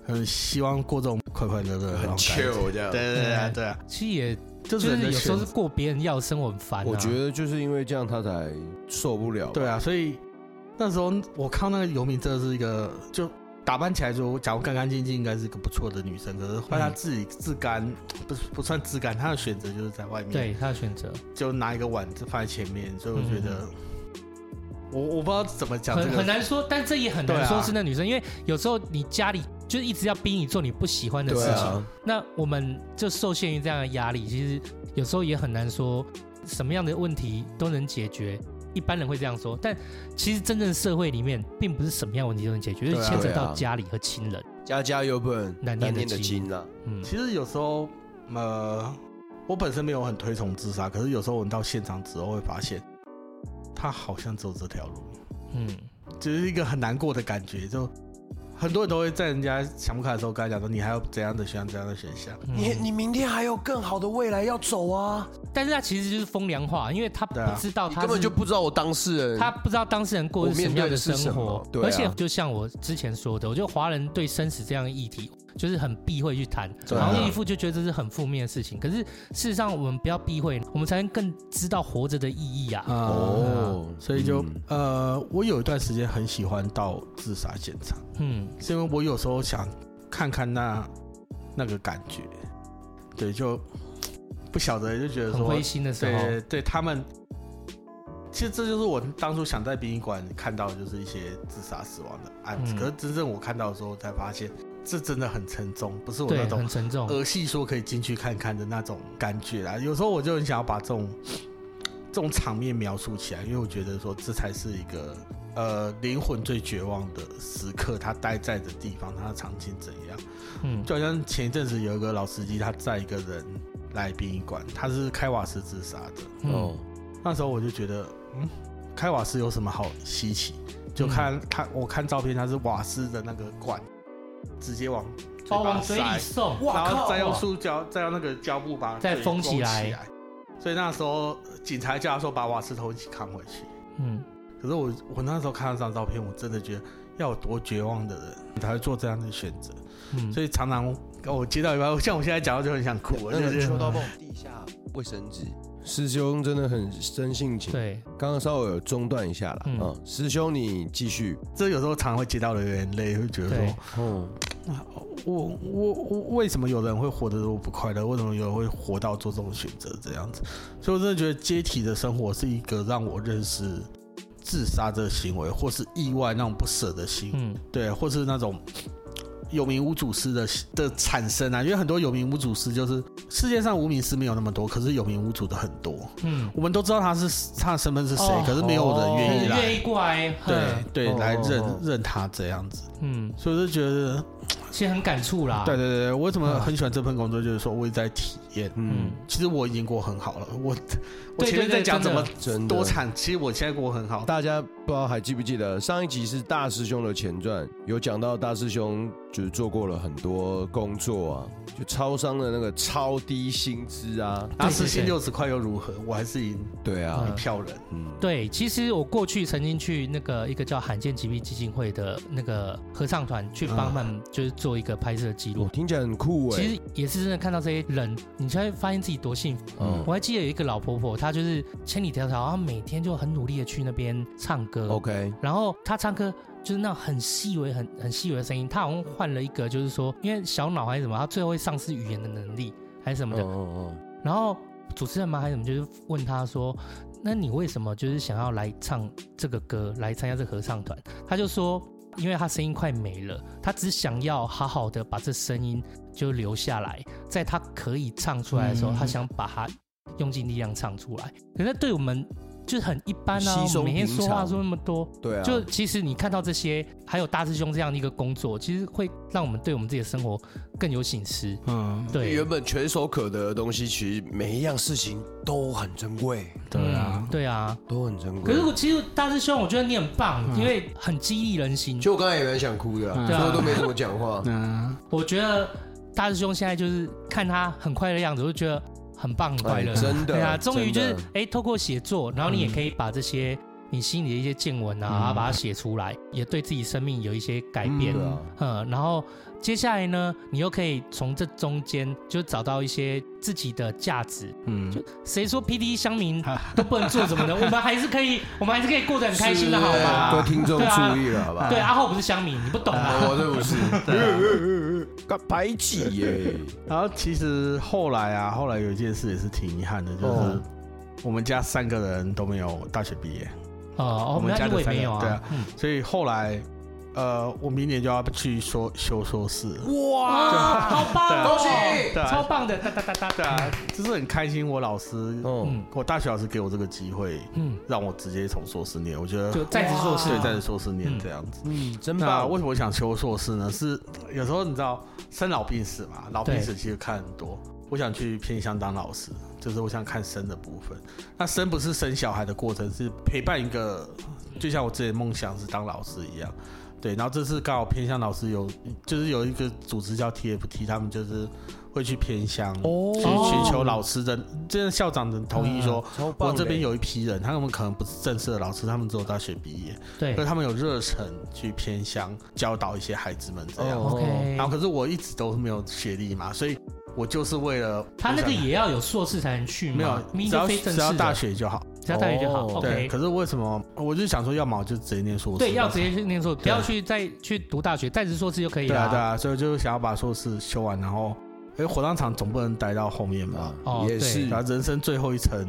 [SPEAKER 2] 很希望过这种快快乐乐的那种
[SPEAKER 1] 啊
[SPEAKER 2] 感觉，
[SPEAKER 1] 这样
[SPEAKER 2] 对对对啊对啊，
[SPEAKER 3] 其实也就
[SPEAKER 2] 就
[SPEAKER 3] 是
[SPEAKER 2] 人
[SPEAKER 3] 是
[SPEAKER 2] 的
[SPEAKER 3] 有时候
[SPEAKER 2] 选
[SPEAKER 3] 是过别人要的生活很烦、啊。
[SPEAKER 4] 我觉得就是因为这样他才受不了。
[SPEAKER 2] 对啊，，所以那时候我看那个游民真的是一个，就打扮起来就假如干干净净，应该是一个不错的女生。可是换她自己自甘，不是不算自甘，她的选择就是在外面，，
[SPEAKER 3] 嗯对他的选择
[SPEAKER 2] 就拿一个碗就放在前面，所以我觉得，我我不知道怎么讲这
[SPEAKER 3] 嗯很很
[SPEAKER 2] 个，
[SPEAKER 3] 难说，但这也很
[SPEAKER 2] 对
[SPEAKER 3] 难
[SPEAKER 2] 啊
[SPEAKER 3] 说是那女生，因为有时候你家里就一直要逼你做你不喜欢的
[SPEAKER 1] 对
[SPEAKER 3] 事情，
[SPEAKER 1] 啊，
[SPEAKER 3] 那我们就受限于这样的压力，其实有时候也很难说什么样的问题都能解决。一般人会这样说，但其实真正社会里面，并不是什么样的问题都能解决，就是
[SPEAKER 2] 对啊
[SPEAKER 3] 牵扯
[SPEAKER 4] 对啊
[SPEAKER 3] 到家里和亲人。
[SPEAKER 1] 家家有本
[SPEAKER 3] 难念的
[SPEAKER 1] 念的
[SPEAKER 3] 经
[SPEAKER 1] 经啊，
[SPEAKER 3] 嗯，
[SPEAKER 2] 其实有时候呃，我本身没有很推崇自杀，可是有时候我们到现场之后会发现，他好像只有这条路。
[SPEAKER 3] 嗯，
[SPEAKER 2] 只是一个很难过的感觉，就很多人都会在人家想不开的时候跟他讲说，你还有怎样的选项，怎样的选项。
[SPEAKER 3] 嗯
[SPEAKER 1] 你你明天还有更好的未来要走啊，
[SPEAKER 3] 但是他其实就是风凉话，因为他不
[SPEAKER 2] 对啊
[SPEAKER 3] 知道
[SPEAKER 1] 你
[SPEAKER 3] 他
[SPEAKER 1] 根本
[SPEAKER 3] 是
[SPEAKER 1] 就不知道我当事
[SPEAKER 2] 嗯
[SPEAKER 1] 人，
[SPEAKER 3] 他不知道当事人过的是什么样的生
[SPEAKER 1] 我
[SPEAKER 3] 活
[SPEAKER 1] 面对的是什么，对啊
[SPEAKER 3] 而且就像我之前说的，我觉得华人对生死这样的议题就是很避讳去谈，
[SPEAKER 2] 对啊
[SPEAKER 3] 然后一副就觉得这是很负面的事情。可是事实上，我们不要避讳，我们才能更知道活着的意义啊。
[SPEAKER 2] 哦，
[SPEAKER 4] 哦，
[SPEAKER 2] 所以就、
[SPEAKER 4] 嗯
[SPEAKER 2] 呃，我有一段时间很喜欢到自杀现场，
[SPEAKER 3] 嗯，
[SPEAKER 2] 是因为我有时候想看看那那个感觉，对，就不晓得就觉得
[SPEAKER 3] 很
[SPEAKER 2] 说
[SPEAKER 3] 灰，心的时候，
[SPEAKER 2] 对对，他们。其实这就是我当初想在殡仪馆看到，的就是一些自杀死亡的案子。
[SPEAKER 3] 嗯
[SPEAKER 2] 可是真正我看到的时候，才发现这真的很沉重，不是我那
[SPEAKER 3] 对，
[SPEAKER 2] 种呃
[SPEAKER 3] 很沉重。
[SPEAKER 2] 儿戏说可以进去看看的那种感觉啊。有时候我就很想要把这种这种场面描述起来，因为我觉得说这才是一个呃灵魂最绝望的时刻，他待在的地方，他的场景怎样？
[SPEAKER 3] 嗯，
[SPEAKER 2] 就好像前一阵子有一个老司机，他载一个人来殡仪馆，他是开瓦斯自杀的。
[SPEAKER 3] 嗯
[SPEAKER 4] 哦，
[SPEAKER 2] 那时候我就觉得，嗯，开瓦斯有什么好稀奇？就
[SPEAKER 3] 嗯
[SPEAKER 2] 看他，我看照片，他是瓦斯的那个管，直接往
[SPEAKER 3] 哦，
[SPEAKER 2] 巴
[SPEAKER 3] 往嘴里
[SPEAKER 2] 塞
[SPEAKER 3] 送，
[SPEAKER 2] 然后再用
[SPEAKER 3] 哇
[SPEAKER 2] 塑胶，再用那个胶布把它
[SPEAKER 3] 再
[SPEAKER 2] 嘴
[SPEAKER 3] 封起
[SPEAKER 2] 起
[SPEAKER 3] 来
[SPEAKER 2] 所以那时候呃警察叫他说把瓦斯头一起扛回去。
[SPEAKER 3] 嗯，
[SPEAKER 2] 可是我我那时候看到这张照片，我真的觉得要有多绝望的人才会做这样的选择。
[SPEAKER 3] 嗯
[SPEAKER 2] 所以常常哦我接到一半，像我现在讲到就很想哭，我就
[SPEAKER 4] 那
[SPEAKER 3] 嗯
[SPEAKER 2] 觉
[SPEAKER 4] 个
[SPEAKER 2] 得
[SPEAKER 4] 秋刀帮我递一下卫生纸。师兄真的很真性情，
[SPEAKER 3] 对，
[SPEAKER 4] 刚刚稍微有中断一下了
[SPEAKER 3] 嗯
[SPEAKER 4] 啊。师兄，你继续。
[SPEAKER 2] 这有时候常常会接到流眼泪，会觉得
[SPEAKER 3] 对
[SPEAKER 2] 说
[SPEAKER 4] 哦，
[SPEAKER 2] 我我我为什么有人会活得这么不快乐？为什么有人会活到做这种选择这样子？所以我真的觉得阶体的生活是一个让我认识自杀这个行为，或是意外那种不舍的心，
[SPEAKER 3] 嗯
[SPEAKER 2] 对，或是那种有名无主师的的产生啊。因为很多有名无主师就是世界上无名师没有那么多，可是有名无主的很多。
[SPEAKER 3] 嗯，
[SPEAKER 2] 我们都知道他是他的身份是谁，
[SPEAKER 3] 哦
[SPEAKER 2] 可是没有人愿意
[SPEAKER 3] 很
[SPEAKER 2] 来，
[SPEAKER 3] 愿意过来，
[SPEAKER 2] 对
[SPEAKER 3] 哼
[SPEAKER 2] 对，
[SPEAKER 4] 哦
[SPEAKER 2] 来认
[SPEAKER 4] 哦哦
[SPEAKER 2] 认他这样子。
[SPEAKER 3] 嗯，
[SPEAKER 2] 所以我就觉得。
[SPEAKER 3] 其实很感触啦。
[SPEAKER 2] 对对对，我为什么很喜欢这份工作？就是说我一直在体验。
[SPEAKER 3] 嗯
[SPEAKER 4] 嗯，，
[SPEAKER 2] 其实我已经过很好了， [laughs] 我我
[SPEAKER 3] 对
[SPEAKER 2] 前面在讲
[SPEAKER 3] 对
[SPEAKER 2] 怎
[SPEAKER 3] 对
[SPEAKER 2] 么
[SPEAKER 4] 真的
[SPEAKER 2] 多惨，其实我现在过很好。
[SPEAKER 4] 大家不知道还记不记得上一集是大师兄的前传，有讲到大师兄就是做过了很多工作啊，就超商的那个超低薪资啊，
[SPEAKER 2] 那
[SPEAKER 3] 对
[SPEAKER 2] 时薪
[SPEAKER 3] 对
[SPEAKER 2] 六十块又如何？我还是赢
[SPEAKER 4] 对
[SPEAKER 2] 一
[SPEAKER 4] 啊，
[SPEAKER 2] 票人。
[SPEAKER 4] 嗯，
[SPEAKER 3] 对，其实我过去曾经去那个一个叫罕见疾病基金会的那个合唱团
[SPEAKER 4] 啊
[SPEAKER 3] 去帮他们，就是做一个拍摄记录
[SPEAKER 4] 我。听起来很酷哎，
[SPEAKER 3] 其实也是真的看到这些人，你才会发现自己多幸福。
[SPEAKER 4] 嗯
[SPEAKER 3] 我还记得有一个老婆婆，她就是千里迢迢，她每天就很努力的去那边唱歌。
[SPEAKER 4] 欸，OK，
[SPEAKER 3] 然后她唱歌就是那种很细微、很很细微的声音。她好像换了一个，就是说，因为小脑还是什么，她最后会丧失语言的能力还是什么
[SPEAKER 4] 嗯
[SPEAKER 3] 的。
[SPEAKER 4] 嗯
[SPEAKER 3] 然后主持人嘛还是什么，就是问她说：“那你为什么就是想要来唱这个歌，来参加这个合唱团？”她就说：“因为她声音快没了，她只想要好好的把这声音就留下来，在她可以唱出来的时候，
[SPEAKER 2] 嗯
[SPEAKER 3] 她想把它用尽力量唱出来。可是对我们就是很一般啊，
[SPEAKER 4] 稀松
[SPEAKER 3] 我们每天
[SPEAKER 4] 平
[SPEAKER 3] 说话
[SPEAKER 4] 常
[SPEAKER 3] 说那么多，
[SPEAKER 4] 嗯，对啊，
[SPEAKER 3] 就其实你看到这些，还有大师兄这样的一个工作，其实会让我们对我们自己的生活更有醒思。
[SPEAKER 2] 嗯，
[SPEAKER 3] 对
[SPEAKER 1] 原，本垂手可得的东西，其实每一样事情都很珍贵，
[SPEAKER 2] 对啊
[SPEAKER 3] 嗯，对啊。
[SPEAKER 1] 都很
[SPEAKER 4] 嗯
[SPEAKER 1] 珍贵。
[SPEAKER 3] 可是我其实大师兄，我觉得你很棒，
[SPEAKER 2] 嗯
[SPEAKER 3] 因为很激励人心。
[SPEAKER 1] 就我刚才也蛮想哭的啊，
[SPEAKER 2] 嗯
[SPEAKER 1] 所以我都没怎么讲话。
[SPEAKER 3] 啊
[SPEAKER 2] 嗯，
[SPEAKER 3] 我觉得大师兄现在就是看他很快乐的样子，我就觉得很棒，很快乐。
[SPEAKER 4] 哎真的
[SPEAKER 3] 对啊，终于就
[SPEAKER 4] 真
[SPEAKER 3] 是
[SPEAKER 4] 的
[SPEAKER 3] 哎，透过写作，然后你也可以把这些你心里的一些见闻啊，
[SPEAKER 2] 嗯
[SPEAKER 3] 然后把它写出来，也对自己生命有一些改变。
[SPEAKER 4] 对啊，
[SPEAKER 3] 嗯，然后接下来呢，你又可以从这中间就找到一些自己的价值。
[SPEAKER 2] 嗯，
[SPEAKER 3] 谁说 P D 乡
[SPEAKER 4] [laughs]
[SPEAKER 3] 民都不能做什么的？我们还是可以，我们还是可以过得很开心的，好
[SPEAKER 1] 是
[SPEAKER 3] 吗
[SPEAKER 1] 啊？
[SPEAKER 4] 各位听众注意了，好
[SPEAKER 2] 啊
[SPEAKER 4] 吧？
[SPEAKER 3] 对，啊阿厚不是乡民，你不懂啊。
[SPEAKER 1] 哦我这不是，
[SPEAKER 2] 啊
[SPEAKER 4] 干白起耶，
[SPEAKER 2] 然后其实后来啊，后来有一件事也是挺遗憾的，就是
[SPEAKER 4] 哦
[SPEAKER 2] 我们家三个人都没有大学毕业，
[SPEAKER 3] 哦，我
[SPEAKER 2] 我
[SPEAKER 3] 们
[SPEAKER 2] 们
[SPEAKER 3] 家
[SPEAKER 2] 家
[SPEAKER 3] 我也
[SPEAKER 2] 的
[SPEAKER 3] 没有
[SPEAKER 2] 三个
[SPEAKER 3] 啊。嗯
[SPEAKER 2] 所以后来呃，我明年就要去说修硕士了。
[SPEAKER 3] 哇，好棒哦！
[SPEAKER 1] 恭喜
[SPEAKER 2] 对啊
[SPEAKER 3] 超棒的，哒哒哒哒
[SPEAKER 2] 对啊，就是很开心，我老师，
[SPEAKER 4] 哦，
[SPEAKER 3] 嗯
[SPEAKER 2] 我大学老师给我这个机会，
[SPEAKER 3] 嗯，
[SPEAKER 2] 让我直接从硕士念，我觉得
[SPEAKER 3] 就啊在职硕士
[SPEAKER 2] 对，在职硕士念这样子。
[SPEAKER 4] 嗯，真
[SPEAKER 2] 那
[SPEAKER 1] 啊
[SPEAKER 4] 棒，
[SPEAKER 2] 为什么我想修硕士呢？是有时候你知道生老病死嘛，老病死其实看很多。我想去偏向当老师，就是我想看生的部分。那生不是生小孩的过程，是陪伴一个，就像我之前梦想是当老师一样。对，然后这次刚好偏向老师有，就是有一个组织叫 TFT，他们就是会去偏向
[SPEAKER 4] 哦
[SPEAKER 2] 去
[SPEAKER 3] 哦
[SPEAKER 2] 寻求老师的，这样校长的同意
[SPEAKER 1] 嗯
[SPEAKER 2] 说，
[SPEAKER 4] 超棒
[SPEAKER 2] 我
[SPEAKER 4] 的，
[SPEAKER 2] 这边有一批人，他们可能不是正式的老师，他们只有大学毕业，
[SPEAKER 3] 对
[SPEAKER 2] 可是他们有热忱去偏乡教导一些孩子们这样。
[SPEAKER 4] 哦
[SPEAKER 3] ，OK
[SPEAKER 2] 然。后可是我一直都没有学历嘛，所以我就是为了
[SPEAKER 3] 他那个
[SPEAKER 2] 我想
[SPEAKER 3] 也要有硕士才能去吗
[SPEAKER 2] 没有，
[SPEAKER 3] 咪
[SPEAKER 2] 只
[SPEAKER 3] 就
[SPEAKER 2] 要
[SPEAKER 3] 非正
[SPEAKER 2] 只
[SPEAKER 3] 式
[SPEAKER 2] 要
[SPEAKER 3] 的，
[SPEAKER 2] 大学就好。
[SPEAKER 3] 只要大学就好。
[SPEAKER 4] 哦
[SPEAKER 3] OK，
[SPEAKER 2] 对，可是为什么我就想说，要么就直接念硕士，
[SPEAKER 3] 对，要直
[SPEAKER 2] 接
[SPEAKER 3] 接去念硕，不要去再去读大学，在职硕士就可以
[SPEAKER 2] 对啊对
[SPEAKER 3] 了。
[SPEAKER 2] 啊，所以我就想要把硕士修完，然后哎，火葬场总不能待到后面嘛，
[SPEAKER 4] 啊
[SPEAKER 3] 哦
[SPEAKER 4] 也
[SPEAKER 3] 对
[SPEAKER 4] 是
[SPEAKER 2] 然后人生最后一层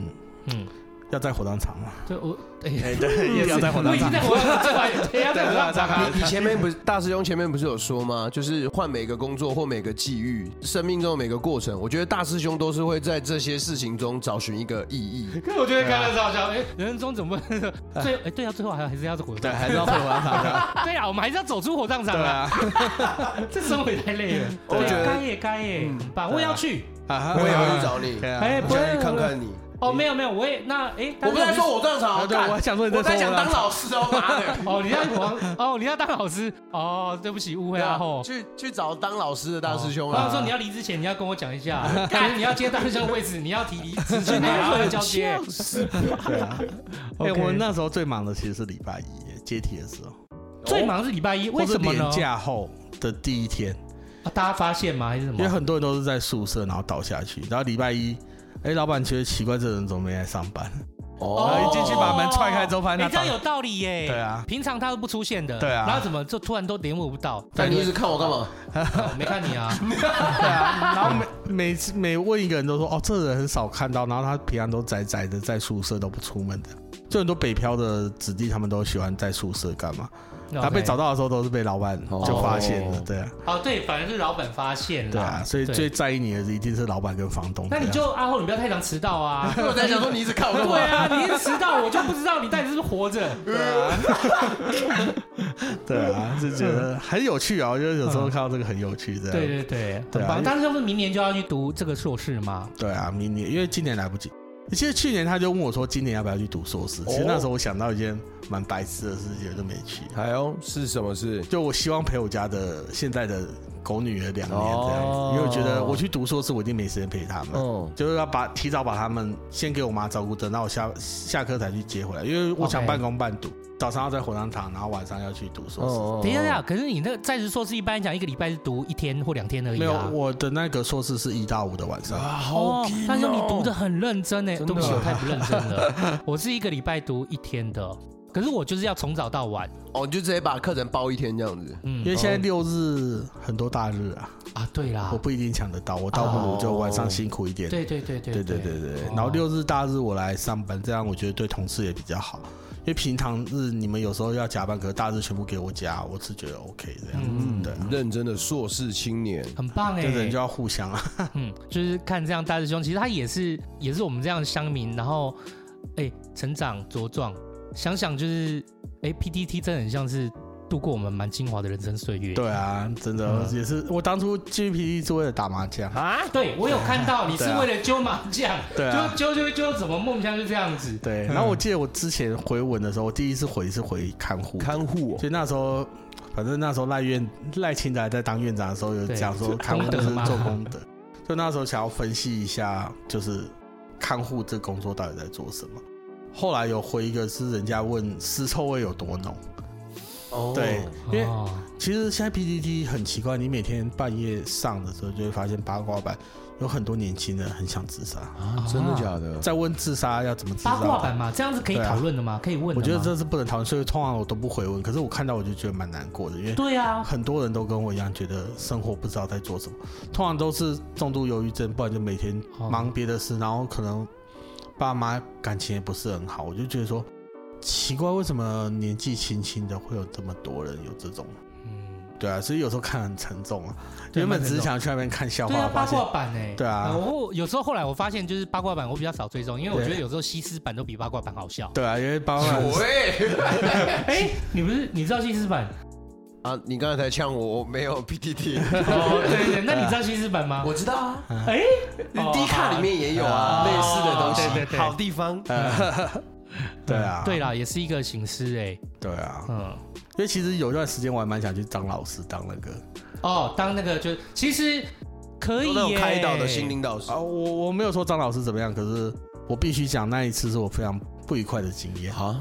[SPEAKER 3] 嗯，
[SPEAKER 2] 要在火葬场嘛。
[SPEAKER 3] 对我，哎、
[SPEAKER 2] 哎，对，
[SPEAKER 3] 不
[SPEAKER 2] 要
[SPEAKER 3] 是
[SPEAKER 2] 在火
[SPEAKER 3] [laughs] 我
[SPEAKER 2] 葬
[SPEAKER 3] 已经
[SPEAKER 2] 场
[SPEAKER 3] 在。火葬场了，对哎啊要在火葬场了。
[SPEAKER 1] 你前面不是大师兄前面不是有说吗？就是换每个工作或每个际遇，生命中的每个过程，我觉得大师兄都是会在这些事情中找寻一个意义。
[SPEAKER 3] [laughs] 可是我觉得看了是好笑，哎，人生中怎么 [laughs] 最哎对啊，最后还还是要火
[SPEAKER 2] 啊对，
[SPEAKER 3] 葬场。
[SPEAKER 2] 还是要回火葬场的。
[SPEAKER 3] [laughs] 对啊，我们还是要走出火葬场
[SPEAKER 2] 对
[SPEAKER 3] 啊！
[SPEAKER 2] 啊，
[SPEAKER 3] [laughs] 这生活也太累了。
[SPEAKER 1] 我
[SPEAKER 3] 对啊
[SPEAKER 1] 觉得
[SPEAKER 3] 该也该耶，很棒，
[SPEAKER 2] 对啊
[SPEAKER 3] 我也要去。
[SPEAKER 2] 啊
[SPEAKER 1] 我也会去找你，
[SPEAKER 2] [laughs] 对啊
[SPEAKER 3] 哎，
[SPEAKER 1] 我
[SPEAKER 3] 不
[SPEAKER 1] 想
[SPEAKER 3] 会
[SPEAKER 1] 去看看你。
[SPEAKER 3] 哦，没有没有，我也那哎，
[SPEAKER 1] 我不在说火葬场，
[SPEAKER 2] 啊对
[SPEAKER 1] 干
[SPEAKER 2] 我还想说你在
[SPEAKER 1] 我在
[SPEAKER 2] 说
[SPEAKER 1] 想
[SPEAKER 2] 火
[SPEAKER 1] 当
[SPEAKER 2] 葬
[SPEAKER 1] 老师哦，妈的。
[SPEAKER 3] 哦，你要我哦，你要当老师哦，对不起，误会啊吼。
[SPEAKER 1] 去去找当老师的大师兄
[SPEAKER 3] 我想
[SPEAKER 1] 啊 [laughs]
[SPEAKER 3] 说！你要离职前，你要跟我讲一下，
[SPEAKER 2] [laughs]
[SPEAKER 3] 就是你要接大师兄的位置，你要提离职前，
[SPEAKER 1] 啊
[SPEAKER 3] 然后要
[SPEAKER 1] [laughs]
[SPEAKER 3] 交接。
[SPEAKER 2] [laughs] 对啊。哎，
[SPEAKER 3] OK
[SPEAKER 2] 我那时候最忙的其实是礼拜一接体的时候，
[SPEAKER 3] 最忙是礼拜一，为什么
[SPEAKER 2] 哦或是
[SPEAKER 3] 呢
[SPEAKER 2] 年？假后的第一天，
[SPEAKER 3] 啊大家发现吗？还是什
[SPEAKER 2] 因为
[SPEAKER 3] 么？
[SPEAKER 2] 很多人都是在宿舍然后倒下去，然后礼拜一。哎，老板觉得奇怪，这人怎么没来上班？
[SPEAKER 1] 哦
[SPEAKER 3] 哎
[SPEAKER 2] 然哎后一进去把门踹开之后发现他
[SPEAKER 3] 哦哎这样
[SPEAKER 2] 倒
[SPEAKER 3] 有道理耶。
[SPEAKER 2] 对啊
[SPEAKER 3] 平常他都不出现的。
[SPEAKER 2] 对啊
[SPEAKER 3] 然后怎么就突然都联络不到？
[SPEAKER 1] 但哎你一直看我干嘛？
[SPEAKER 3] 哦没看你啊。
[SPEAKER 2] [laughs] 对啊，然后每每次每问一个人都说，哦，这人很少看到，然后他平常都宅宅的，在宿舍都不出门的。就很多北漂的子弟，他们都喜欢在宿舍干嘛？ [laughs] 他被找
[SPEAKER 3] 到。
[SPEAKER 2] 到的时候，都是被老板就发现了
[SPEAKER 1] 哦，
[SPEAKER 2] 对啊，
[SPEAKER 3] 哦，对，反而是老板发现了。
[SPEAKER 2] 对啊，所以
[SPEAKER 3] 对
[SPEAKER 2] 最在意你的一定是老板跟房东。
[SPEAKER 3] 那你
[SPEAKER 2] 对啊
[SPEAKER 3] 就阿后，你不要太常迟到
[SPEAKER 2] [laughs]
[SPEAKER 3] 啊。
[SPEAKER 1] 我在想说你一直看我干
[SPEAKER 3] 对
[SPEAKER 1] 嘛？
[SPEAKER 3] 啊，你一迟到，我就不知道你到底是不是活着。
[SPEAKER 1] [laughs]
[SPEAKER 2] [laughs] 对啊，就觉得很有趣啊，我觉得有时候看到这个很有趣，这样
[SPEAKER 3] 对对对，很
[SPEAKER 2] 对啊
[SPEAKER 3] 棒。
[SPEAKER 2] 因为
[SPEAKER 3] 但是他们明年就要去读这个硕士嘛？
[SPEAKER 2] 对啊，明年因为今年来不及。其实去年他就问我说，今年要不要去读硕士？其实
[SPEAKER 1] 哦
[SPEAKER 2] 那时候我想到一件蛮白痴的事情，我就没去。
[SPEAKER 1] 哎
[SPEAKER 4] 还有是什么事？
[SPEAKER 2] 就我希望陪我家的现在的狗女儿两年这样子，
[SPEAKER 4] 哦
[SPEAKER 2] 因为我觉得我去读硕士，我一定没时间陪他们。
[SPEAKER 4] 哦，
[SPEAKER 2] 就是要把提早把他们先给我妈照顾，等到我下下课才去接回来，因为我想
[SPEAKER 3] OK
[SPEAKER 2] 半工半读早上要在火葬场，然后晚上要去读硕士。
[SPEAKER 4] 哦
[SPEAKER 3] 等一下，等一下，啊可是你那个在职硕士一般来讲一个礼拜是读一天或两天而已
[SPEAKER 2] 没有
[SPEAKER 3] 啊，。
[SPEAKER 2] 我的那个硕士是一到五的晚上，
[SPEAKER 4] 啊，好
[SPEAKER 3] 哦
[SPEAKER 4] 劲哦，
[SPEAKER 3] 但是你读的很认真呢，对
[SPEAKER 4] 真的
[SPEAKER 3] 不起，我太不认真
[SPEAKER 2] [laughs]
[SPEAKER 3] 了。我是一个礼拜读一天的，可是我就是要从早到晚。
[SPEAKER 1] 哦，你就直接把课程包一天这样子。
[SPEAKER 3] 嗯
[SPEAKER 2] 因为现在六日很多大日啊，
[SPEAKER 3] 啊，对啦
[SPEAKER 2] 我，不一定抢得到，我倒不如就晚上辛苦一点。
[SPEAKER 3] 对对对对
[SPEAKER 2] 对对对对，然后六日大日我来上班，这样我觉得对同事也比较好。因为平常日你们有时候要加班，可是大日全部给我加，我是觉得 OK 这样。嗯，对啊，
[SPEAKER 4] 认真的硕士青年，
[SPEAKER 3] 很棒哎，
[SPEAKER 2] 这人就要互相啊。
[SPEAKER 3] 嗯，就是看这样大师兄，其实他也是也是我们这样的乡民，然后哎、成长茁壮，想想就是哎、PTT 真的很像是度过我们蛮精华的人生岁月。
[SPEAKER 2] 对啊，真的、
[SPEAKER 3] 嗯
[SPEAKER 2] 也是，我当初 GPD 是为了打麻
[SPEAKER 3] [laughs]
[SPEAKER 2] 将。
[SPEAKER 3] 啊，对我有看
[SPEAKER 2] [laughs]
[SPEAKER 3] 到你是
[SPEAKER 2] 对啊
[SPEAKER 3] 为了揪麻将，
[SPEAKER 2] 对啊
[SPEAKER 3] 揪揪揪揪，怎么梦想就这样子？
[SPEAKER 2] 对，然后我记得我之前回文的时候，我第一次回是回看护，
[SPEAKER 4] 看护哦
[SPEAKER 2] 所以那时候，反正那时候赖院赖清德还在当院长的时候，有
[SPEAKER 3] 对
[SPEAKER 2] 讲说
[SPEAKER 3] 做
[SPEAKER 2] 看护
[SPEAKER 3] 功德
[SPEAKER 2] 是
[SPEAKER 3] 嘛
[SPEAKER 2] 做功德，就那时候想要分析一下，就是看护这工作到底在做什么。后来有回一个是人家问尸臭味有多浓，
[SPEAKER 1] 哦
[SPEAKER 2] 对，因为
[SPEAKER 3] 哦、
[SPEAKER 2] 其实现在 PPT 很奇怪，你每天半夜上的时候就会发现八卦版有很多年轻人很想自杀，
[SPEAKER 4] 啊真的假
[SPEAKER 1] 哦
[SPEAKER 4] 的？
[SPEAKER 2] 在问自杀要怎么自
[SPEAKER 3] 嗯八
[SPEAKER 2] 杀
[SPEAKER 3] 卦版
[SPEAKER 2] 的。
[SPEAKER 3] 嘛，这样子可以
[SPEAKER 2] 对啊
[SPEAKER 3] 讨论的吗？可以问的吗
[SPEAKER 2] 我觉得这是不能讨论，所以通常我都不回问。可是我看到我就觉得蛮难过的，因为
[SPEAKER 3] 对啊，
[SPEAKER 2] 很多人都跟我一样，觉得生活不知道在做什么，通常都是重度忧郁症，不然就每天忙别的事，然后可能爸妈感情也不是很好。我就觉得说，奇怪，为什么年纪轻轻的会有这么多人有这种？
[SPEAKER 3] 嗯，
[SPEAKER 2] 对啊，所以有时候看很沉重啊。
[SPEAKER 3] 对
[SPEAKER 2] 原本只
[SPEAKER 3] 蛮沉
[SPEAKER 2] 是
[SPEAKER 3] 重
[SPEAKER 2] 想去那边看笑
[SPEAKER 3] 对
[SPEAKER 2] 话，
[SPEAKER 3] 啊，
[SPEAKER 2] 发
[SPEAKER 3] 八
[SPEAKER 2] 现
[SPEAKER 3] 卦版哎、
[SPEAKER 2] 对啊
[SPEAKER 3] 呃我有时候后来我发现，就是八卦版我比较少追踪，因为我
[SPEAKER 2] 对
[SPEAKER 3] 觉得有时候西施版都比八卦版好笑。
[SPEAKER 2] 对啊，因为八卦
[SPEAKER 1] 喂，
[SPEAKER 3] 哎，你不是你知道西施版？
[SPEAKER 1] 啊，你刚才才呛我，我没有 PPT，
[SPEAKER 3] 哦，对对，对那你知道西施版
[SPEAKER 1] [laughs]
[SPEAKER 3] 吗？
[SPEAKER 1] 我知道啊，
[SPEAKER 3] 哎，
[SPEAKER 1] 低卡里面也有啊，类似的东
[SPEAKER 3] 哦对对
[SPEAKER 1] 西。
[SPEAKER 3] 对呃
[SPEAKER 1] 好地方，
[SPEAKER 2] 对啊，
[SPEAKER 3] 对啦，也是一个形式哎，
[SPEAKER 2] 对啊，
[SPEAKER 3] 嗯，
[SPEAKER 2] 因为其实有一段时间我还蛮想去当老师，当那个
[SPEAKER 3] 哦，当那个就其实可以
[SPEAKER 1] 那种
[SPEAKER 3] 耶
[SPEAKER 1] 开导的心，灵导师
[SPEAKER 2] 啊，。我我没有说张老师怎么样，可是我必须讲那一次是我非常不愉快的经验。
[SPEAKER 4] 啊，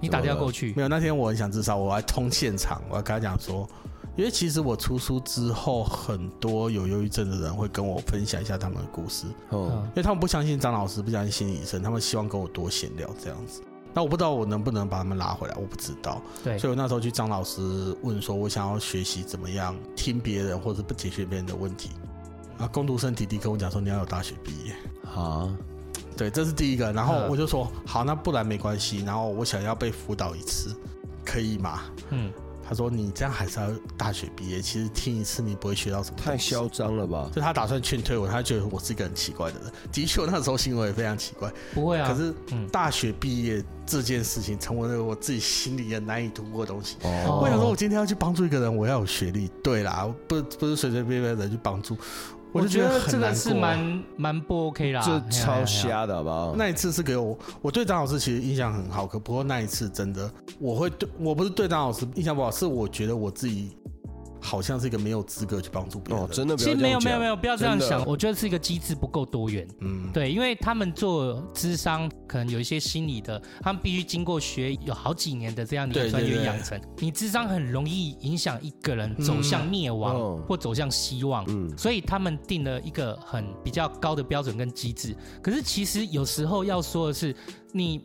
[SPEAKER 3] 你打电话过去
[SPEAKER 2] 没有，那天我很想自杀，我还通现场，我还跟他讲说，因为其实我出书之后，很多有忧郁症的人会跟我分享一下他们的故事，
[SPEAKER 4] 哦，
[SPEAKER 3] 嗯
[SPEAKER 2] 因为他们不相信张老师，不相信心理医生，他们希望跟我多闲聊这样子。那我不知道我能不能把他们拉回来，我不知道，
[SPEAKER 3] 对
[SPEAKER 2] 所以我那时候去张老师问说，我想要学习怎么样听别人，或者不解决别人的问题。啊，工读生弟弟跟我讲说，你要有大学毕业，
[SPEAKER 4] 啊，
[SPEAKER 2] 对，这是第一个。然后
[SPEAKER 3] 嗯
[SPEAKER 2] 我就说好，那不然没关系。然后我想要被辅导一次，可以吗？
[SPEAKER 3] 嗯，
[SPEAKER 2] 他说你这样还是要大学毕业，其实听一次你不会学到什么东西。
[SPEAKER 4] 太嚣张了吧？
[SPEAKER 2] 就他打算劝退我，他觉得我是一个很奇怪的人。 [laughs] 的确，我那时候行为也非常奇怪。
[SPEAKER 3] 不会啊，
[SPEAKER 2] 可是
[SPEAKER 3] 嗯
[SPEAKER 2] 大学毕业这件事情，成为了我自己心里也难以突破的东西。
[SPEAKER 3] 哦
[SPEAKER 2] 我想说，我今天要去帮助一个人，我要有学历。对啦，我不不是随随便便的人去帮助，
[SPEAKER 3] 我
[SPEAKER 2] 就
[SPEAKER 3] 觉
[SPEAKER 2] 得
[SPEAKER 3] 得
[SPEAKER 2] 很
[SPEAKER 3] 这
[SPEAKER 2] 难
[SPEAKER 3] 个是
[SPEAKER 2] 过啊
[SPEAKER 3] 蛮蛮不 OK 啦，
[SPEAKER 4] 这
[SPEAKER 3] 嘿
[SPEAKER 4] 超
[SPEAKER 3] 啊。嘿啊
[SPEAKER 4] 瞎的好不好？
[SPEAKER 2] 那一次是给我，我对张老师其实印象很好，可不过那一次真的，我会对我不是对张老师印象不好，是我觉得我自己好像是一个没有资格去帮助别人
[SPEAKER 4] 哦
[SPEAKER 2] 的，，
[SPEAKER 4] 真的不
[SPEAKER 3] 其
[SPEAKER 4] 要
[SPEAKER 3] 实
[SPEAKER 4] 这样
[SPEAKER 3] 没有
[SPEAKER 4] 讲
[SPEAKER 3] 没有没有，不要这样
[SPEAKER 4] 真的
[SPEAKER 3] 哎想。我觉得是一个机制不够多元。
[SPEAKER 2] 嗯，
[SPEAKER 3] 对，因为他们做智商，可能有一些心理的，他们必须经过学有好几年的这样的一
[SPEAKER 2] 对
[SPEAKER 3] 个
[SPEAKER 2] 对
[SPEAKER 3] 专业
[SPEAKER 2] 对嗯
[SPEAKER 3] 养成。你智商很容易影响一个人走向灭亡
[SPEAKER 4] 哦
[SPEAKER 3] 或走向希望，
[SPEAKER 4] 嗯，
[SPEAKER 3] 所以他们定了一个很比较高的标准跟机制。可是其实有时候要说的是，你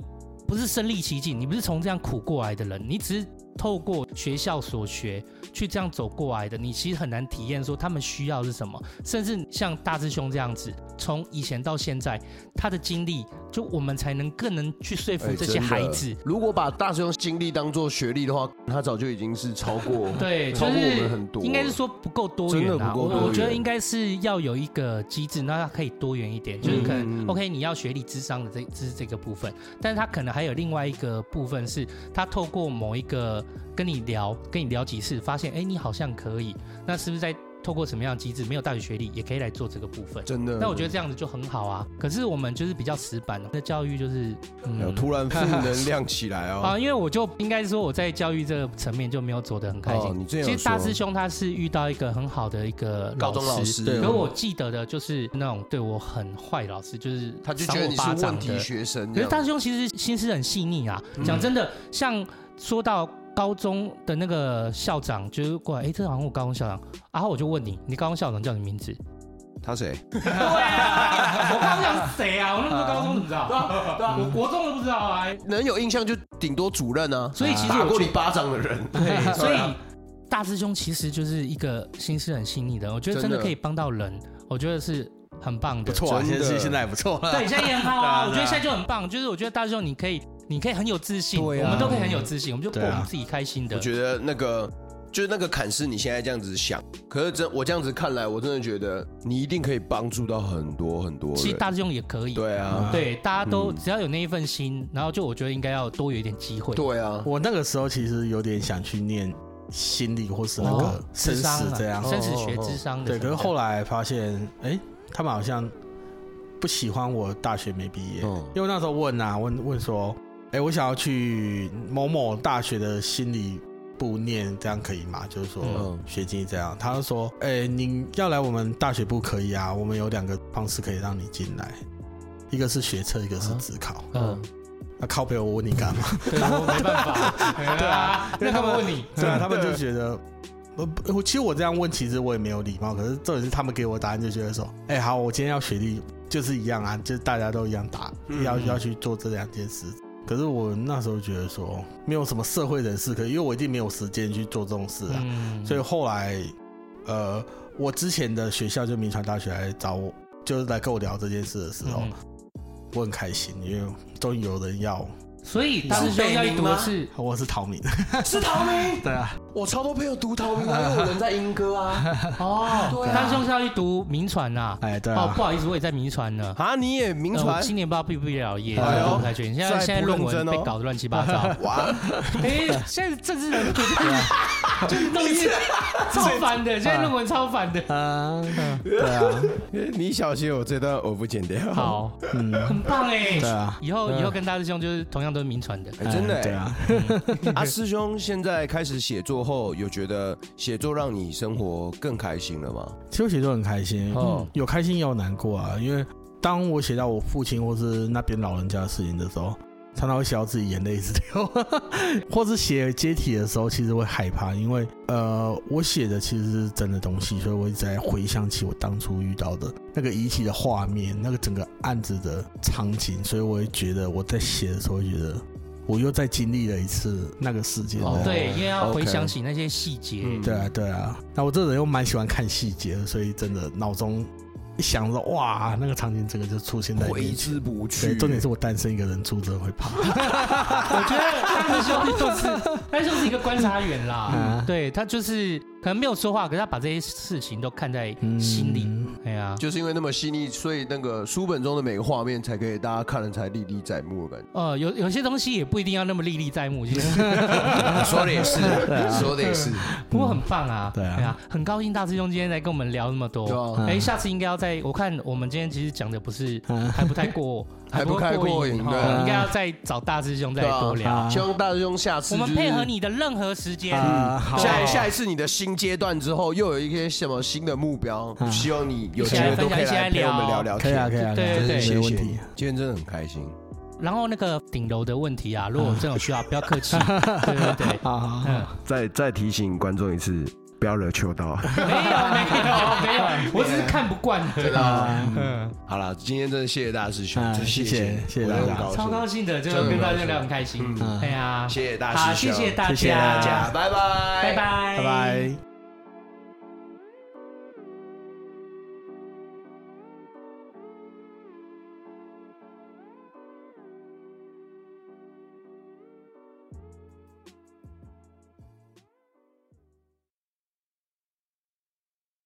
[SPEAKER 3] 不是身历其境，你不是从这样苦过来的人，你只是透过学校所学去这样走过来的，你其实很难体验说他们需要的是什么。甚至像大师兄这样子，从以前到现在，他的经历，就我们才能更能去说服
[SPEAKER 4] 哎
[SPEAKER 3] 这些
[SPEAKER 4] 真的
[SPEAKER 3] 孩子。
[SPEAKER 1] 如果把大师兄经历当做学历的话，他早就已经是超过
[SPEAKER 3] [laughs] 对，就
[SPEAKER 1] 超过我们
[SPEAKER 3] 是
[SPEAKER 1] 很多了，
[SPEAKER 3] 应该是说不够多元
[SPEAKER 4] 真的
[SPEAKER 3] 啊。
[SPEAKER 4] 不够
[SPEAKER 3] 我
[SPEAKER 4] 多元
[SPEAKER 3] 我觉得应该是要有一个机制，那它可以多元一点，就是可能、
[SPEAKER 4] 嗯
[SPEAKER 3] OK，你要学历智商的这这是这个部分，但是它可能还有另外一个部分是，他透过某一个跟你聊，跟你聊几次，发现哎、你好像可以，那是不是在透过什么样的机制，没有大学学历也可以来做这个部分？
[SPEAKER 4] 嗯
[SPEAKER 1] 真的。
[SPEAKER 3] 那我觉得这样子就很好啊。可是我们就是比较死板的，那教育就是
[SPEAKER 4] 哎呦
[SPEAKER 3] 嗯。
[SPEAKER 4] 突然负能量起来哦。
[SPEAKER 3] 啊，因为我就应该说我在教育这个层面就没有走得很开心
[SPEAKER 4] 哦，，你这样
[SPEAKER 3] 其
[SPEAKER 4] 有
[SPEAKER 3] 实大
[SPEAKER 4] 说
[SPEAKER 3] 师兄他是遇到一个很好的一个
[SPEAKER 1] 高中老
[SPEAKER 3] 师，
[SPEAKER 1] 师，
[SPEAKER 2] 对
[SPEAKER 3] 可我记得的就是那种对我很坏老师，就是
[SPEAKER 1] 他就
[SPEAKER 3] 赏
[SPEAKER 1] 觉得
[SPEAKER 3] 我
[SPEAKER 1] 你是
[SPEAKER 3] 巴掌
[SPEAKER 1] 问题
[SPEAKER 3] 的
[SPEAKER 1] 学嗯生
[SPEAKER 3] 可
[SPEAKER 1] 这
[SPEAKER 3] 是
[SPEAKER 1] 样，
[SPEAKER 3] 大师兄其实心思很细腻啊，讲真的，像说到高中的那个校长，就是过来，哎，这好像我高中校长，然后我就问你，你高中校长叫你名字？ [laughs]
[SPEAKER 4] 他谁？
[SPEAKER 3] 对啊， [laughs] 我高中校长是谁啊？我那时候高中怎么知道？对啊，我国中都不知道啊。
[SPEAKER 1] 能有印象就顶多主任啊，
[SPEAKER 3] 所以其实
[SPEAKER 1] 打
[SPEAKER 3] 我
[SPEAKER 1] 过你巴掌的人，
[SPEAKER 3] 对， [laughs] 所
[SPEAKER 1] [laughs] 对
[SPEAKER 3] 以
[SPEAKER 1] 啊
[SPEAKER 3] 大师兄其实就是一个心思很细腻的，我觉得真
[SPEAKER 1] 真
[SPEAKER 3] 的
[SPEAKER 1] 的
[SPEAKER 3] 可以帮到人，我觉得是很棒
[SPEAKER 2] 不
[SPEAKER 3] 的。
[SPEAKER 2] 错啊，
[SPEAKER 4] 真
[SPEAKER 2] 现
[SPEAKER 4] 的
[SPEAKER 2] 在现在也不错啊，
[SPEAKER 3] 对，现在也很好
[SPEAKER 2] 对啊
[SPEAKER 3] 啊，我觉
[SPEAKER 2] 对
[SPEAKER 3] 得
[SPEAKER 2] 啊
[SPEAKER 3] 现在就很棒。就是我觉得大师兄，你可以，你可以很有自信，我
[SPEAKER 4] 对啊
[SPEAKER 3] 们都可以很有自信，我们就过
[SPEAKER 2] 对
[SPEAKER 3] 我
[SPEAKER 2] 啊
[SPEAKER 3] 们自己开心的
[SPEAKER 1] 我。觉得那个就是那个坎是你现在这样子想，可是真我这样子看来，我真的觉得你一定可以帮助到很多很多
[SPEAKER 3] 其实
[SPEAKER 4] 人。
[SPEAKER 3] 大师兄也可以，
[SPEAKER 4] 对啊，
[SPEAKER 3] 对，大家都
[SPEAKER 4] 嗯
[SPEAKER 3] 只要有那一份心，然后就我觉得应该要多有一点机会。哦
[SPEAKER 1] 对啊，
[SPEAKER 2] 我那个时候其实有点想去念心理或是那
[SPEAKER 3] 哦
[SPEAKER 2] 个生
[SPEAKER 3] 智商
[SPEAKER 2] 死
[SPEAKER 3] 啊 [laughs]
[SPEAKER 2] 这样，
[SPEAKER 3] 生死
[SPEAKER 1] 哦
[SPEAKER 3] 学
[SPEAKER 1] 哦哦
[SPEAKER 3] 智商的
[SPEAKER 2] 对，
[SPEAKER 3] 什么的。
[SPEAKER 2] 可是后来发现，哎、他们好像不喜欢我大学没毕业，
[SPEAKER 1] 哦
[SPEAKER 4] 嗯
[SPEAKER 2] 因为那时候问啊，问问说，哎、我想要去某某大学的心理部念，这样可以吗？就是说、
[SPEAKER 4] 嗯
[SPEAKER 2] 学经这样，他就说，哎、你要来我们大学部可以啊，我们有两个方式可以让你进来，一个是学测，一个是自考。
[SPEAKER 3] 嗯，
[SPEAKER 2] 那靠背我问你干嘛？
[SPEAKER 3] 对，我没办法，对啊，[laughs]
[SPEAKER 2] 因
[SPEAKER 3] 那
[SPEAKER 2] 为
[SPEAKER 3] 他
[SPEAKER 2] 他
[SPEAKER 3] 们
[SPEAKER 2] 们
[SPEAKER 3] 问你，
[SPEAKER 2] [laughs] 对啊，他们就觉得。呃，不我其实我这样问，其实我也没有礼貌。可是这也是他们给我答案，就觉得说，哎、好，我今天要学历就是一样啊，就是大家都一样答，要要去做这两件事。可是我那时候觉得说，没有什么社会人士可以，因为我一定没有时间去做这种事啊。
[SPEAKER 3] 嗯
[SPEAKER 2] 所以后来，呃，我之前的学校就民传大学来找我，就是来跟我聊这件事的时候，
[SPEAKER 3] 嗯
[SPEAKER 2] 我很开心，因为终于有人要，
[SPEAKER 3] 所以大师兄要去读的是
[SPEAKER 2] 我是逃民，
[SPEAKER 1] 是陶明，
[SPEAKER 2] 对啊，
[SPEAKER 1] 我超多朋友读
[SPEAKER 4] [laughs]
[SPEAKER 1] 陶明啊，因为我人在英歌啊，
[SPEAKER 3] 哦
[SPEAKER 1] 对，啊
[SPEAKER 3] 大师兄是要去读民传呐。
[SPEAKER 2] [laughs] 哎，对
[SPEAKER 3] 哦
[SPEAKER 2] 啊，，
[SPEAKER 3] 不好意思，我也在民传呢。
[SPEAKER 4] 啊，你也名
[SPEAKER 3] 呃我
[SPEAKER 4] 传
[SPEAKER 2] 哦
[SPEAKER 4] [laughs]
[SPEAKER 3] 今年不知道毕不毕得了业，
[SPEAKER 2] 哎呦
[SPEAKER 3] 我不太确定。现在
[SPEAKER 4] 再
[SPEAKER 3] 现在
[SPEAKER 4] 不
[SPEAKER 3] 论
[SPEAKER 4] 认
[SPEAKER 3] 文
[SPEAKER 4] 真哦
[SPEAKER 3] 被搞得乱七
[SPEAKER 1] [laughs]
[SPEAKER 3] 八糟。
[SPEAKER 4] 哇，
[SPEAKER 3] 哎，现在政治人物就是都是超烦的，现在论文超烦的。
[SPEAKER 2] 啊，对啊，
[SPEAKER 4] 你小心我这段我不剪掉。，
[SPEAKER 3] 好，
[SPEAKER 2] 嗯，
[SPEAKER 3] 很棒哎 [laughs]
[SPEAKER 2] 对。啊，
[SPEAKER 3] 以后以后跟大师兄就是同样都是民传的。
[SPEAKER 4] [laughs]
[SPEAKER 3] 嗯
[SPEAKER 4] 哎真的
[SPEAKER 2] 哎
[SPEAKER 4] 哎
[SPEAKER 2] 对啊，
[SPEAKER 4] [laughs] 啊，师兄现在开始写作后，有觉得写作让你生活更开心了吗？
[SPEAKER 2] 其实我写作很开心，
[SPEAKER 4] 哦
[SPEAKER 2] 有开心也有难过啊，因为当我写到我父亲或是那边老人家的事情的时候。常常会写到自己眼泪一直流， [laughs] 或是写接体的时候，其实会害怕，因为呃，我写的其实是真的东西，所以我一直在回想起我当初遇到的那个遗体的画面，那个整个案子的场景，所以我会觉得我在写的时候，会觉得我又再经历了一次那个事件。
[SPEAKER 4] 哦
[SPEAKER 2] 这样
[SPEAKER 3] 对，因为要
[SPEAKER 4] OK
[SPEAKER 3] 回想起那些细节。
[SPEAKER 4] 嗯
[SPEAKER 2] 对啊，对啊。那我这人又蛮喜欢看细节的，所以真的脑中一想着哇，那个场景整个就出现在
[SPEAKER 4] 挥
[SPEAKER 2] 面前。
[SPEAKER 4] 之不去
[SPEAKER 2] 对，。重点是我单身一个人住，真的会怕。
[SPEAKER 3] 我觉得大师兄就是，大师兄是一个观察员
[SPEAKER 1] [laughs]
[SPEAKER 3] 啦，
[SPEAKER 2] 嗯
[SPEAKER 3] 对他就是可能没有说话，可是他把这些事情都看在心里。
[SPEAKER 2] 嗯
[SPEAKER 3] 哎呀，
[SPEAKER 1] 就是因为那么细腻，所以那个书本中的每个画面才可以大家看了才历历在目的感觉。
[SPEAKER 3] 呃，有有些东西也不一定要那么历历在目，其实
[SPEAKER 1] [laughs]
[SPEAKER 2] [laughs]
[SPEAKER 1] 说的也是，
[SPEAKER 2] 啊
[SPEAKER 1] 说的也是，
[SPEAKER 3] 不过很棒啊，
[SPEAKER 1] 嗯
[SPEAKER 2] 对啊
[SPEAKER 3] 很高兴大师兄今天来跟我们聊那么
[SPEAKER 1] 对
[SPEAKER 3] 多。
[SPEAKER 1] 啊，
[SPEAKER 3] 哎，下次应该要在我看我们今天其实讲的不是
[SPEAKER 2] 嗯
[SPEAKER 3] 还不太
[SPEAKER 1] [laughs]
[SPEAKER 3] 过，
[SPEAKER 1] 还不
[SPEAKER 3] 够
[SPEAKER 1] 太过瘾
[SPEAKER 3] 哈
[SPEAKER 1] 对啊
[SPEAKER 3] 应该要再找大师兄再多
[SPEAKER 1] 对
[SPEAKER 3] 聊。
[SPEAKER 2] 啊
[SPEAKER 1] 希望大师兄下次
[SPEAKER 3] 我们
[SPEAKER 1] 就是嗯
[SPEAKER 3] 配合你的任何时间，
[SPEAKER 2] 啊，好
[SPEAKER 3] 对
[SPEAKER 1] 下下一次你的新阶段之后，又有一些什么新的目标，
[SPEAKER 2] 嗯
[SPEAKER 1] 希望你有机会都可以来陪我们聊聊
[SPEAKER 2] 可以
[SPEAKER 1] 天。
[SPEAKER 2] 啊，可以啊，
[SPEAKER 3] 对
[SPEAKER 2] 可以
[SPEAKER 3] 对
[SPEAKER 2] 啊
[SPEAKER 1] 对
[SPEAKER 2] 没
[SPEAKER 1] 谢
[SPEAKER 2] 问
[SPEAKER 1] 谢
[SPEAKER 2] 题。
[SPEAKER 4] 今天真的很开心，
[SPEAKER 3] 然后那个顶楼的问题啊，如果真的有需要，不要客 [laughs] 气。对对对，
[SPEAKER 2] 好好好，
[SPEAKER 3] 嗯，
[SPEAKER 4] 再再提醒观众一次，不要惹秋刀。
[SPEAKER 3] 嗯没有没有没有， [laughs] 我只是看不惯而已
[SPEAKER 1] [laughs] 真的啊，
[SPEAKER 3] 嗯，
[SPEAKER 4] 好了，今天真的谢谢大师兄，
[SPEAKER 2] 嗯
[SPEAKER 4] 真谢
[SPEAKER 2] 谢谢
[SPEAKER 4] 我真的
[SPEAKER 2] 大
[SPEAKER 4] 很
[SPEAKER 2] 家
[SPEAKER 4] 高
[SPEAKER 3] 超高
[SPEAKER 4] 兴，
[SPEAKER 3] 兴的，就
[SPEAKER 1] 真的
[SPEAKER 3] 跟大
[SPEAKER 1] 很高
[SPEAKER 3] 家
[SPEAKER 1] 兴
[SPEAKER 3] 聊很开心。
[SPEAKER 1] 嗯
[SPEAKER 2] 嗯
[SPEAKER 3] 哎呀，
[SPEAKER 4] 谢谢大师
[SPEAKER 3] 好，
[SPEAKER 4] 兄，
[SPEAKER 3] 谢谢大
[SPEAKER 2] 谢谢大
[SPEAKER 3] 家
[SPEAKER 2] 家，
[SPEAKER 1] 拜拜，
[SPEAKER 3] 拜拜，
[SPEAKER 2] 拜拜。